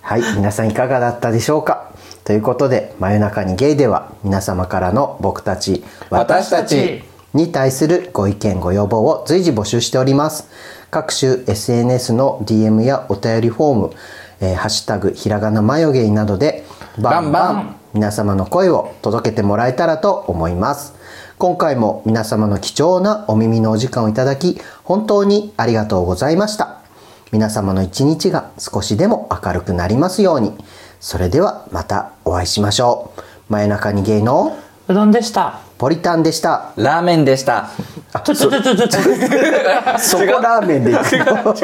Speaker 2: はい、皆さんいかがだったでしょうかということで、真夜中にゲイでは皆様からの僕たち、
Speaker 3: 私た
Speaker 1: ち
Speaker 2: に対するご意見ご要望を随時募集しております。各種 SNS の DM やお便りフォーム、えーハッシュタグひらがなマヨゲイなどでバンバ
Speaker 3: バンバ
Speaker 2: ン皆様の声を届けてもらえたらと思います。今回も皆様の貴重なお耳のお時間をいただき本当にありがとうございました。皆様の一日が少しでも明るくなりますように。それではまたお会いしましょう。真夜中にゲイの
Speaker 1: うどんでした
Speaker 2: ポリタンでした。
Speaker 3: ラーメンでした。
Speaker 1: ちょちょちょちょちょちょ
Speaker 2: そこラーメンで行くの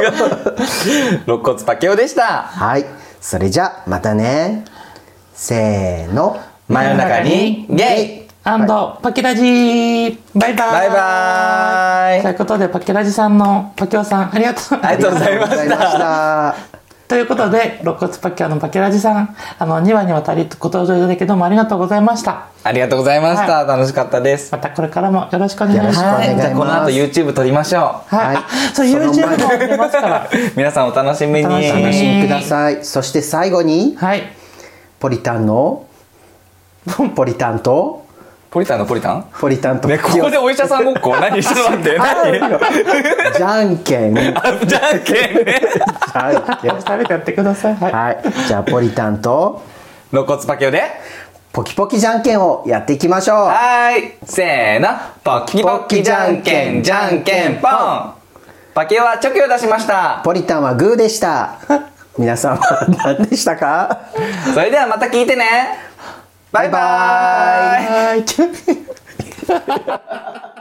Speaker 3: 肋骨パケオでした。
Speaker 2: はい。それじゃあまたね。せーの。
Speaker 3: 真夜中にゲイ
Speaker 1: アンドパキラジーバイバイ
Speaker 3: バイ
Speaker 1: とい
Speaker 3: バーイ
Speaker 1: うことでパキラジさんのパキオさんありがとう
Speaker 3: ありがとうございま
Speaker 2: ありがと
Speaker 3: し。
Speaker 2: うございましたた。
Speaker 1: ということで、肋骨パキオのパキラジさん、あの、2話にわたりご登場いただきどうもありがとうございました。
Speaker 3: ありがとうございました。楽しかったです。
Speaker 1: またこれからもよろしくお願いします。
Speaker 2: よろしくお願いします
Speaker 3: じゃあこの後 YouTube 撮りましょ
Speaker 1: はい。
Speaker 2: はい
Speaker 1: あ、そう、
Speaker 2: その
Speaker 1: YouTube
Speaker 2: 前に
Speaker 1: も出ますから。
Speaker 3: う。皆さんお楽しみに。
Speaker 1: お楽しみ
Speaker 2: お
Speaker 1: に
Speaker 2: 楽しみください。そして最後に
Speaker 1: はい。
Speaker 2: ポリタンのポリタンと
Speaker 3: ポリタンのポリタン
Speaker 2: ポリタンと
Speaker 3: ね、 ここでお医者さんごっこ何して待って何
Speaker 2: じゃんけん。じゃん
Speaker 3: あじゃんけんね
Speaker 2: けん。
Speaker 1: 食べてやってください。はい。
Speaker 2: はい。じゃあポリタンと
Speaker 3: 肋骨パケオで
Speaker 2: ポキポキじゃんけんをやっていきましょう。
Speaker 3: はーいせーのポキポキじゃんけんじゃんけんポンパケオはチョキを出しました
Speaker 2: ポリタンはグーでした。皆さんは何でしたか？
Speaker 3: それではまた聞いてねバイバーイ
Speaker 1: はい。